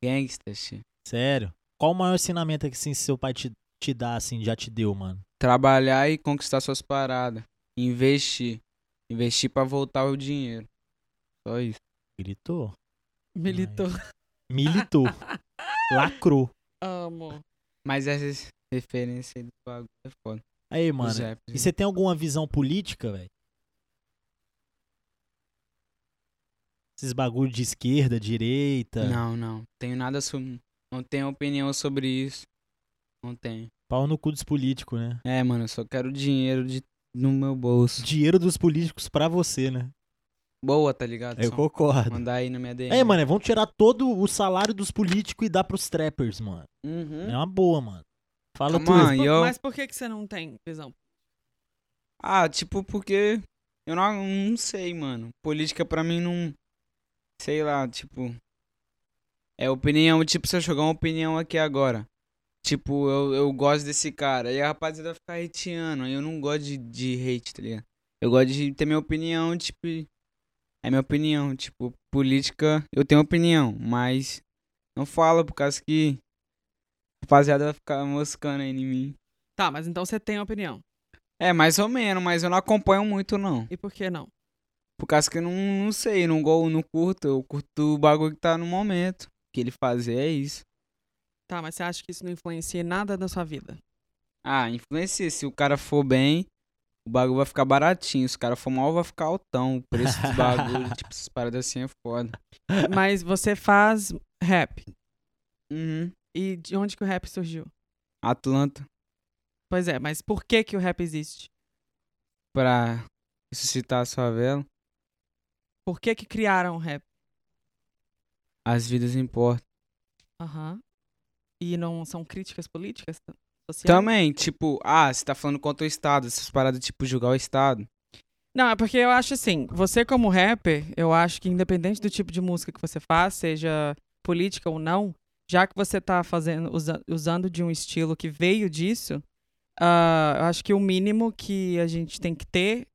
Gangsta, xi.
Sério? Qual o maior ensinamento que, assim, seu pai te, te dá, assim, já te deu, mano?
Trabalhar e conquistar suas paradas. Investir. Investir pra voltar o dinheiro. Só isso.
Gritou.
Militou.
Militou. Lacrou.
Amo.
Mas essa referência aí do bagulho é foda.
Aí,
Os
mano, é
raps,
E
né?
você tem alguma visão política, velho? Esses bagulho de esquerda, direita.
Não, não. Tenho nada sobre. Não tenho opinião sobre isso. Não tenho.
Pau no cu dos políticos, né?
É, mano, eu só quero dinheiro de... no meu bolso.
Dinheiro dos políticos pra você, né?
Boa, tá ligado?
Eu
Só
concordo.
Mandar aí na minha DM.
É, mano, é, vamos tirar todo o salário dos políticos e dar pros trappers, mano.
Uhum.
É uma boa, mano. Fala
Come
tu.
on. Ah,
Mas
e
por-
eu-
Mas por que, que você não tem visão?
Ah, tipo, porque eu não, não sei, mano. Política pra mim não. Sei lá, tipo. É opinião, tipo, se eu jogar uma opinião aqui agora. Tipo, eu, eu gosto desse cara. Aí a rapaziada vai ficar hateando. Aí eu não gosto de, de hate, tá ligado? Eu gosto de ter minha opinião, tipo. É minha opinião. Tipo, política, eu tenho opinião, mas não fala por causa que. A rapaziada vai ficar moscando aí em mim.
Tá, mas então você tem opinião.
É, mais ou menos, mas eu não acompanho muito, não.
E por que não?
Por causa que eu não, não sei, não, go, não curto. Eu curto o bagulho que tá no momento. O que ele fazer é isso.
Tá, mas você acha que isso não influencia em nada na sua vida?
Ah, influencia. Se o cara for bem, o bagulho vai ficar baratinho. Se o cara for mal, vai ficar altão. O preço do bagulho, tipo, essas paradas assim é foda.
Mas você faz rap.
Uhum.
E de onde que o rap surgiu?
Atlanta,
Pois é, mas por que que o rap existe?
pra ressuscitar a sua vela,
Por que que criaram o rap?
as vidas importam.
Aham. E não são críticas políticas?
Então
t-
é
Sociais?
Também, tipo, ah, você tá falando contra o Estado. Essas paradas, tipo, julgar o Estado.
Não, é porque eu acho assim, você como rapper, eu acho que independente do tipo de música que você faz, seja política ou não, já que você tá fazendo, usa- usando de um estilo que veio disso, ah, eu acho que o mínimo que a gente tem que ter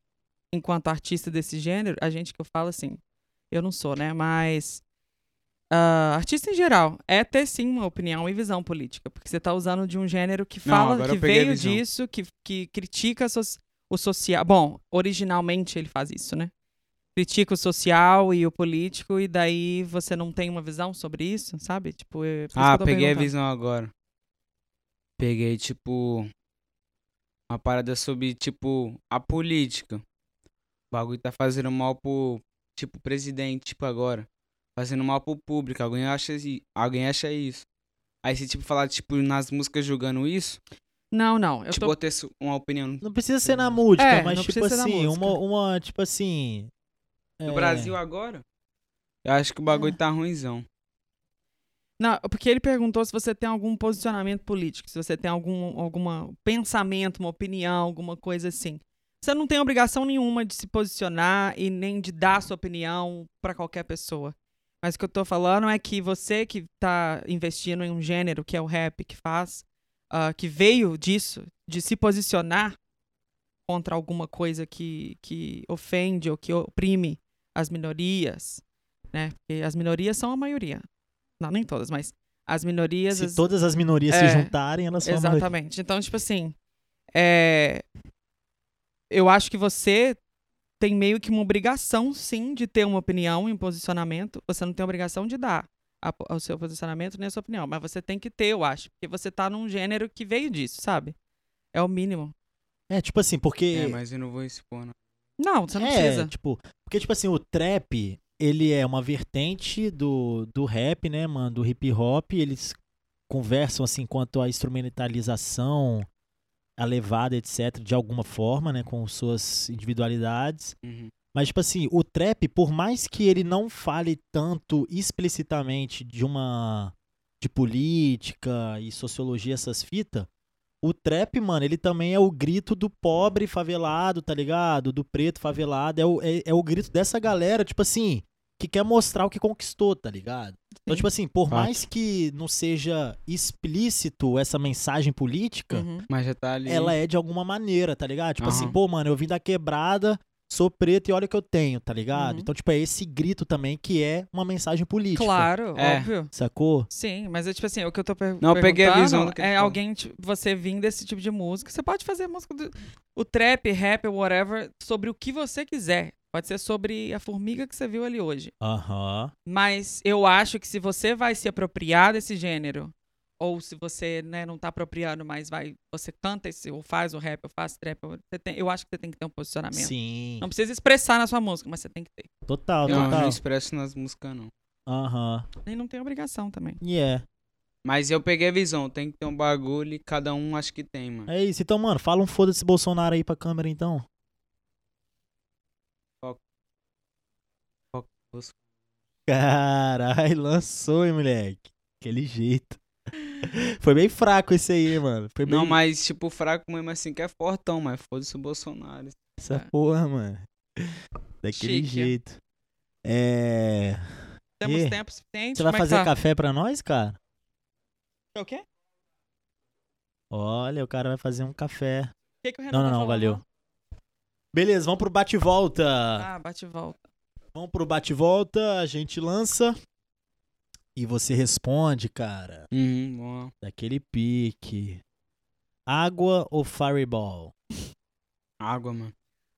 enquanto artista desse gênero, a gente que eu falo assim, eu não sou, né? Mas ah, artista em geral, é ter sim uma opinião e visão política, porque você tá usando de um gênero que
Não,
fala,
agora
que
eu peguei a
veio
visão.
disso, que, que critica a soci- o social. Bom, originalmente ele faz isso, né? Critica o social e o político, e daí você não tem uma visão sobre isso, sabe? Tipo, é por isso que
Ah,
eu tô
peguei a
perguntando.
visão agora. Peguei, tipo, uma parada sobre, tipo, a política. O bagulho tá fazendo mal pro, tipo, presidente, tipo, agora. Fazendo mal pro público. Alguém acha, isi- alguém acha isso. Aí você, tipo, falar, tipo, nas músicas julgando isso,
Não, não. Eu
tipo,
tô...
eu ter su- uma opinião.
Não precisa ser na música,
É,
mas
não
tipo
precisa ser na
assim,
música.
uma, uma, tipo assim.
No
é,
Brasil agora, eu acho que o bagulho
É.
tá ruimzão.
Não, é porque ele perguntou se você tem algum posicionamento político, se você tem algum alguma pensamento, uma opinião, alguma coisa assim. Você não tem obrigação nenhuma de se posicionar e nem de dar sua opinião pra qualquer pessoa. Mas o que eu tô falando é que você que tá investindo em um gênero, que é o rap, que faz, ah, que veio disso, de se posicionar contra alguma coisa que, que ofende ou que oprime as minorias, né? Porque as minorias são a maioria Não, nem todas, mas as minorias.
Se
as-
todas as minorias
É,
se juntarem, elas formam. uma maioria.
Exatamente. Então, tipo assim, é, eu acho que você tem meio que uma obrigação, sim, de ter uma opinião e um posicionamento. Você não tem obrigação de dar a- o seu posicionamento nem a sua opinião, mas você tem que ter, eu acho, porque você tá num gênero que veio disso, sabe? É o mínimo.
É, tipo assim, porque.
É, mas eu não vou expor, não.
Não, você não
é,
precisa.
tipo, porque, tipo assim, o trap, ele é uma vertente do, do rap, né, mano? Do hip hop. Eles conversam, assim, quanto à instrumentalização, a levada, etc., de alguma forma, né? Com suas individualidades.
Uhum.
Mas, tipo assim, o trap, por mais que ele não fale tanto explicitamente de uma. de política e sociologia, essas fitas, o trap, mano, ele também é o grito do pobre favelado, tá ligado? Do preto favelado. É o, é, é o grito dessa galera, tipo assim, que quer mostrar o que conquistou, tá ligado? Então,
Sim.
tipo assim, por
Fato.
mais que não seja explícito essa mensagem política,
Uhum.
Mas já tá ali.
ela é de alguma maneira, tá ligado? Tipo assim,
Aham.
pô, mano, eu vim da quebrada, sou preto e olha o que eu tenho, tá ligado?
Uhum.
Então, tipo, é esse grito também que é uma mensagem política.
Claro,
É.
óbvio.
Sacou?
Sim, mas é tipo assim, o que eu tô per
Não, eu peguei a
perguntando
visão do que ele
é
falou.
alguém, tipo, você vir desse tipo de música, você pode fazer música do, o trap, rap, whatever, sobre o que você quiser. Pode ser sobre a formiga que você viu ali hoje.
Aham.
Mas eu acho que se você vai se apropriar desse gênero, ou se você né, não tá apropriando, mas vai, você canta esse, ou faz o rap, ou faz trap, ou- você tem- eu acho que você tem que ter um
Tá
posicionamento.
Sim.
Não precisa expressar na sua música, mas você tem que ter.
Total,
Eu não, não
total.
expresso nas músicas, não.
Aham. é.
E não tem obrigação também.
Yeah.
Mas eu peguei a visão, tem que ter um bagulho e cada um acho que tem, mano.
É isso. Então, mano, fala um foda-se Bolsonaro aí pra câmera, então. Caralho, lançou, hein, moleque. Aquele jeito. Foi bem fraco esse aí, mano. Foi bem...
Não, mas tipo, fraco mesmo assim que é fortão, mas foda-se o Bolsonaro.
Essa porra, mano. Daquele
É. Chique.
jeito. É...
Temos
E?
tempo suficiente.
Você vai
como é que
fazer
tá?
café pra nós, cara?
É O quê? O
Olha, o cara vai fazer um café.
que, que o Renan
Não,
tá
não, não,
falando?
valeu. Beleza, vamos pro bate-volta.
Ah, bate e volta.
Vamos pro bate-volta, a gente lança. E você responde, cara.
Uhum, vamos lá.
Daquele pique. Água ou fireball?
Água, mano.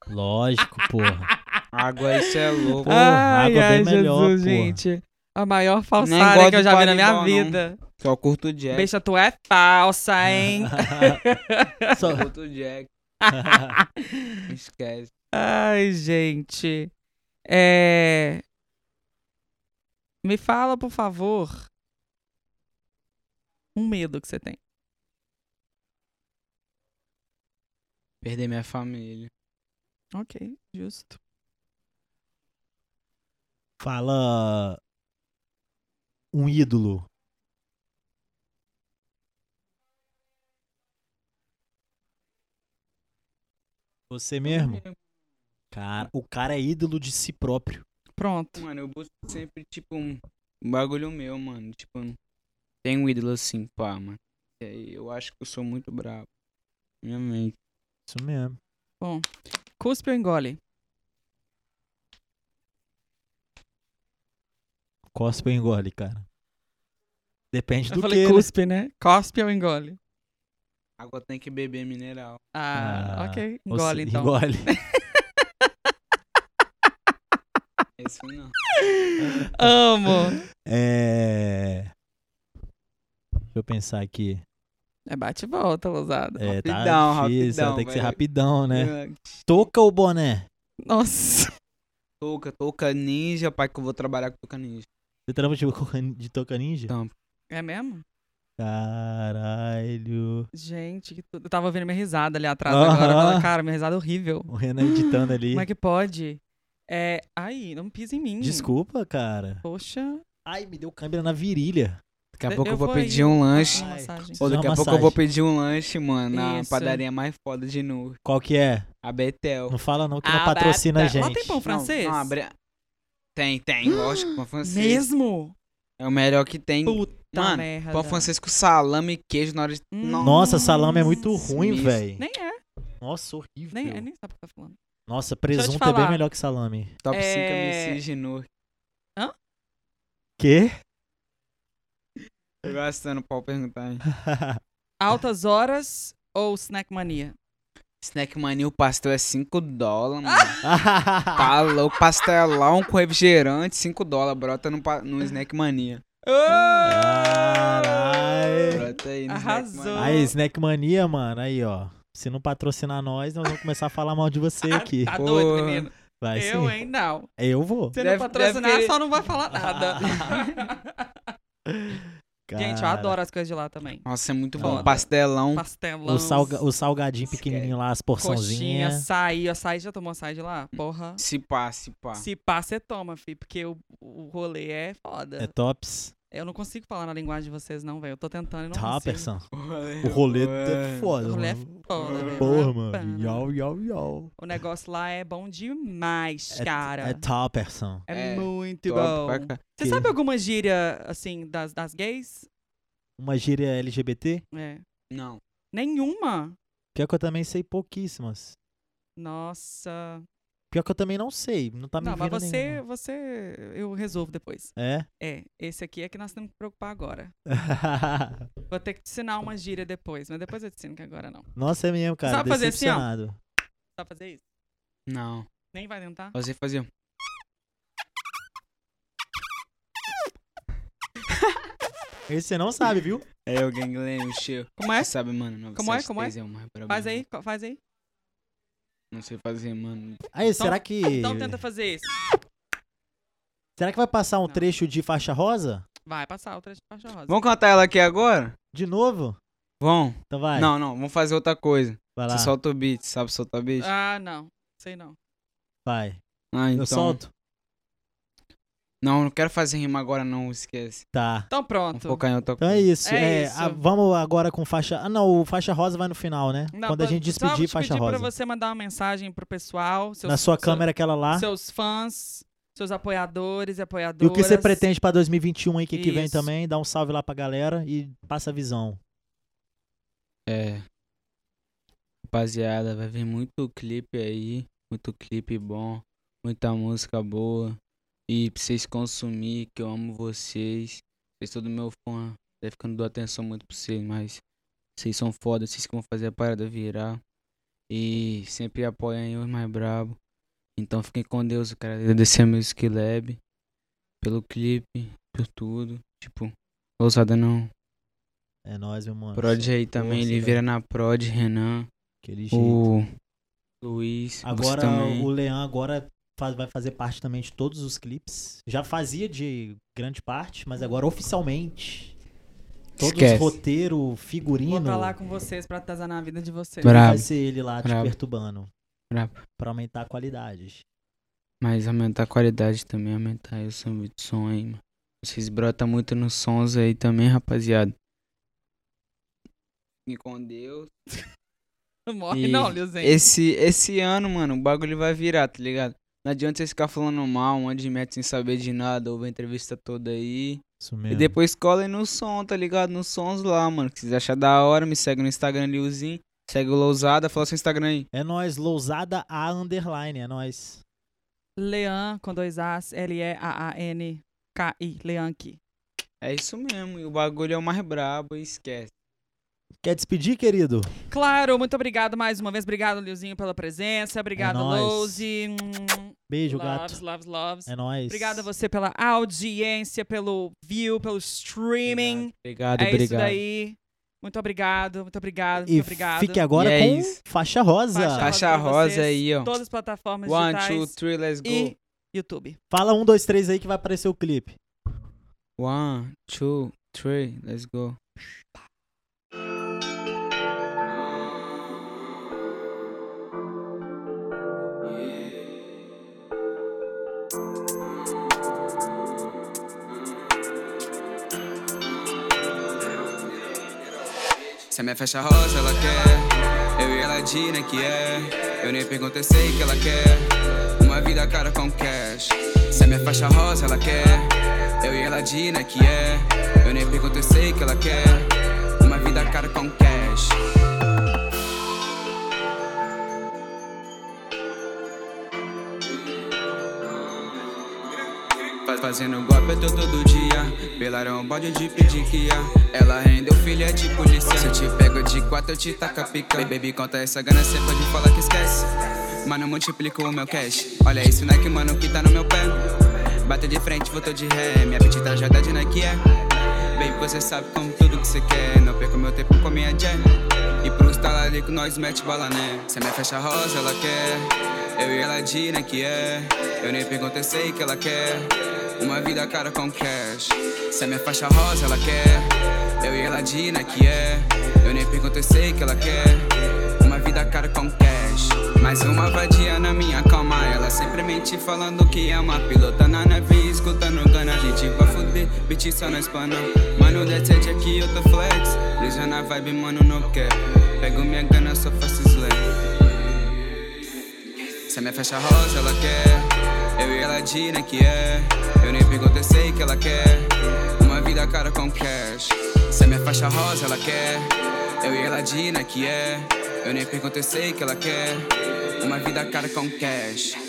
Lógico, porra.
Água, isso é louco.
Porra, água bem melhor, porra.
gente. A maior
Nem
falsada
gosto
que eu
de
já vi na minha
paredão, não.
vida.
Só curto Jack.
Bicha, tu é falsa, hein?
Só-
Só curto Jack. Esquece.
Ai, gente. É... Me fala, por favor, um medo que você tem.
Perder minha família.
Ok, justo.
Fala um ídolo. Você mesmo? Cara, o cara é ídolo de si próprio.
Pronto.
Mano, eu busco sempre, tipo, um um bagulho meu, mano. Tipo, tem um ídolo assim, pá, mano. E aí eu acho que eu sou muito brabo. Minha mente.
Isso mesmo.
Cuspe ou engole?
Cospe ou engole, cara. Depende
eu
do
falei
que. né?
cuspe, né? Cospe ou engole?
Água tem que beber mineral.
Ah,
Ah,
ok.
Ou
Engole,
se-
então.
Engole.
Esse É não.
Amo.
É. Deixa eu pensar aqui.
É bate e volta, lousada.
É, tá
Rapidão,
difícil,
rapidão,
tem que ser
vai.
rapidão, né?
Eu-
É.
Toca ou boné?
Nossa.
Touca, touca ninja, pai, que eu vou trabalhar com touca ninja.
Você trampa de, de toca ninja?
Tá.
É mesmo?
Caralho.
Gente, que tudo. Eu tava ouvindo minha risada ali atrás
Aham.
agora. Eu falo, cara, minha risada é horrível.
O Renan editando ali.
Como é que assim? pode? É. Ai, não pisa em mim.
Desculpa, cara.
Poxa.
Ai, me deu câmera na virilha.
Daqui a
Eu-
pouco
eu
eu vou
vou
pedir
aí.
um lanche.
Uma
Ai,
massagem.
Pô,
Isso é
daqui
uma
a pouco eu vou
massagem.
pedir um lanche, mano, na
Isso.
padaria mais foda de novo.
Qual que é?
A Betel.
Não fala não que
Ah,
não patrocina a
bata. Lá
gente.
tem pão francês?
Não, não, abre... Tem, tem, lógico, pão francês.
Mesmo?
É o melhor que tem.
Puta
Mano,
merda.
Pão francês com salame e queijo na hora de...
Hum.
Nossa.
Nossa, salame é muito
Nossa,
ruim,
isso.
velho.
Nem é.
Nossa, horrível.
Nem é. Nem sabe o que tá falando.
Nossa,
eu te
presunto é bem
falar.
melhor que salame.
Top 5
É.
MC Genor.
Quê?
Tô gastando pau perguntar, hein?
Altas horas ou snack mania?
Snack Mania, o pastel é 5 dólares, mano. Tá louco, pastelão com refrigerante, 5 dólares, brota no, pa- no Snack Mania.
Caralho.
Brota aí no
Arrasou.
Snack Mania.
Aí, Snack Mania, mano, aí, ó. Se não patrocinar nós, nós vamos começar a falar mal de você aqui.
Tá
Pô,
doido, menino.
Vai sim.
Eu, hein? Não.
Eu vou.
Se
Deve-
não patrocinar,
deve querer-
só não vai falar nada. Gente, eu
Cara,
adoro as coisas de lá também.
Nossa, é muito bom.
Foda.
Pastelão.
Pastelão,
O, salga, o salgadinho pequenininho lá, as
coxinha,
porçãozinhas.
açaí. Açaí, já tomou açaí de lá? Porra.
Se pá, se pá.
Se pá, você toma, fi, porque o, o rolê é
É Tá
foda.
tops.
Eu não consigo falar na linguagem de vocês, não, velho. Eu tô tentando e não consigo.
Topperson. O rolê é foda,
O rolê é
mano.
foda, né? velho.
Porra, mano. Yau, yau, yau.
O negócio lá é bom demais,
É-
cara.
É Topperson.
É,
É,
muito
Top pra
um
bom.
cá.
Você sabe alguma gíria, assim, das, das gays?
Uma gíria LGBT?
É.
Não.
Nenhuma?
Pior que eu também sei pouquíssimas.
Nossa.
Pior que eu também não sei. Não tá me
Não, mas
vindo
você,
nenhuma.
você. Eu resolvo depois.
É?
É, esse aqui é que nós temos que preocupar agora. Vou ter que te ensinar uma gíria depois, mas depois eu te ensino que agora não.
Nossa, é mesmo, cara.
Sabe fazer assim, ó?
Decepcionado.
Sabe fazer isso?
Não. um.
Nem vai tentar?
Você fazia.
Esse você não sabe, viu?
É o ganglém, o cheiro.
Como é?
Você sabe, mano.
Como é, como é?
973 o mais brabo,
Faz
mano.
aí, co- faz aí.
Não sei fazer, mano.
Aí, será que.
Então tenta fazer isso.
Será que vai passar um
Não.
trecho de faixa rosa?
Vai passar outra de faixa rosa.
Vamos cantar ela aqui agora?
De novo?
Vão.
Então vai.
Não, não. Vamos fazer outra coisa.
Vai lá.
Você solta o beat. Sabe soltar beat?
Ah, não. Sei não.
Vai.
Ah, então.
Eu solto?
Não, não quero fazer rima agora, não. Esquece.
Tá.
Então
Vamos
pronto.
focar em outra
Então é
coisa.
isso.
É
é,
isso.
a- vamos agora com faixa. Ah, não, o faixa rosa vai no final, né?
Não,
Quando a
pra-
gente
só vou
despedir
te
faixa
pedir
rosa.
pra você mandar uma mensagem pro pessoal. Seus,
Na sua
seu-
câmera, aquela lá.
Seus fãs, seus apoiadores e
E
apoiadoras.
o que você pretende pra 2021 aí, que, que vem
Isso.
também? Dá um salve lá pra galera e passa a visão.
É. Rapaziada, vai vir muito clipe aí. Muito clipe bom. Muita música boa. E pra vocês consumir, que eu amo vocês. Vocês todo meu fã. Deve que eu não dou atenção muito pra vocês, mas vocês são foda, vocês que vão fazer a parada virar. E sempre apoiem os mais brabo. Então fiquem com Deus, eu quero agradecer ao Music Lab pelo clipe, por tudo. Tipo, ousada não.
É nóis, meu mano.
Prod aí também,
Nossa,
ele vira na Prod, Renan.
Aquele jeito.
O Luiz.
Agora
você também.
o Leão agora faz- vai fazer parte também de todos os clipes. Já fazia de grande parte, mas agora oficialmente. Todos
Esquece.
os roteiro, figurino.
Vou pra lá com vocês pra atazanar a vida de vocês.
Bra-
vai
Brabo.
ser ele lá te
Brabo.
perturbando.
Brabo.
Pra aumentar a qualidade.
Mas aumentar a qualidade também, aumentar aí o som de som aí, mano. Vocês brotam muito nos sons aí também, rapaziada. E com Deus.
Não morre
E
não, Liuzinho.
Esse, esse ano, mano, o bagulho vai virar, tá ligado? Não adianta vocês ficar falando mal, um monte de meta sem saber de nada, ouve a entrevista toda aí.
Isso
E
mesmo.
depois colhem no som, tá ligado? Nos sons lá, mano. Que vocês acharem da hora, me segue no Instagram, Liuzinho. Segue o Lousada, fala seu Instagram aí.
É nóis, lousada a underline, é nóis.
Lean com dois As, L-E-A-A-N-K-I. Leanki.
É isso mesmo, e o bagulho é o mais brabo, e esquece. tá
Quer despedir, querido?
Claro, muito obrigado mais uma vez. Obrigado, Liuzinho, pela presença. Obrigado,
É nóis.
Louzi.
Beijo,
Loves,
gato.
loves, loves.
É nóis.
Obrigada a você pela audiência, pelo view, pelo streaming.
Obrigado,
é
obrigado.
isso daí. Muito obrigado, muito obrigado, muito
E
obrigado.
fique agora
E é
com
isso.
faixa rosa.
Faixa
Caixa
pra
rosa
vocês.
aí, ó.
Todas as plataformas
One, two,
digitais
three, let's go.
e YouTube.
Fala um, dois, três aí que vai aparecer o clipe.
One, two, three, let's go. Se a minha faixa rosa ela quer, eu e ela dizem que é. Eu nem perguntei, sei que ela quer. Uma vida cara com cash. Se a minha faixa rosa ela quer, eu e ela dizem que é. Eu nem perguntei, sei que ela quer. Uma vida cara com cash. Fa- fa- fazendo golpe, eu tô todo dia. Pelaram um balde de pediquia. Ela rendeu filha de polícia. Se eu te pego de quatro, eu te taca pica. Baby, baby, conta essa grana, cê pode falar que esquece. Mano, multiplico o meu cash. Olha isso, Nike, mano, que tá no meu pé. Bate de frente, voltou de ré. Minha bitch tá jogada de Nike, é. Baby, você sabe como tudo que você quer. Não perco meu tempo com a minha jam. E pros talarico, nós mete bala, né? Cê minha fecha rosa, ela quer. Eu e ela de Nike, é. Eu nem perguntei, sei que ela quer. Uma vida cara com cash. Cê minha faixa rosa, ela quer. Eu e ela de Nike, é. Eu nem perguntei, sei que ela quer. Uma vida cara com cash Mais uma vadia na minha calma Ela sempre mente falando que ama Pilota na nave, escutando gana A gente vai fuder, bitch só na espana Mano, decente aqui, eu tô flex Brisa na vibe, mano, não quer Pego minha gana, só faço slay Se a minha fecha rosa, ela quer Eu e ela de que é Eu nem perguntei, sei que ela quer Uma vida cara com cash Se a minha faixa é rosa, ela quer Eu e ela é. de que é eu nem perguntei, sei que ela quer Uma vida cara com cash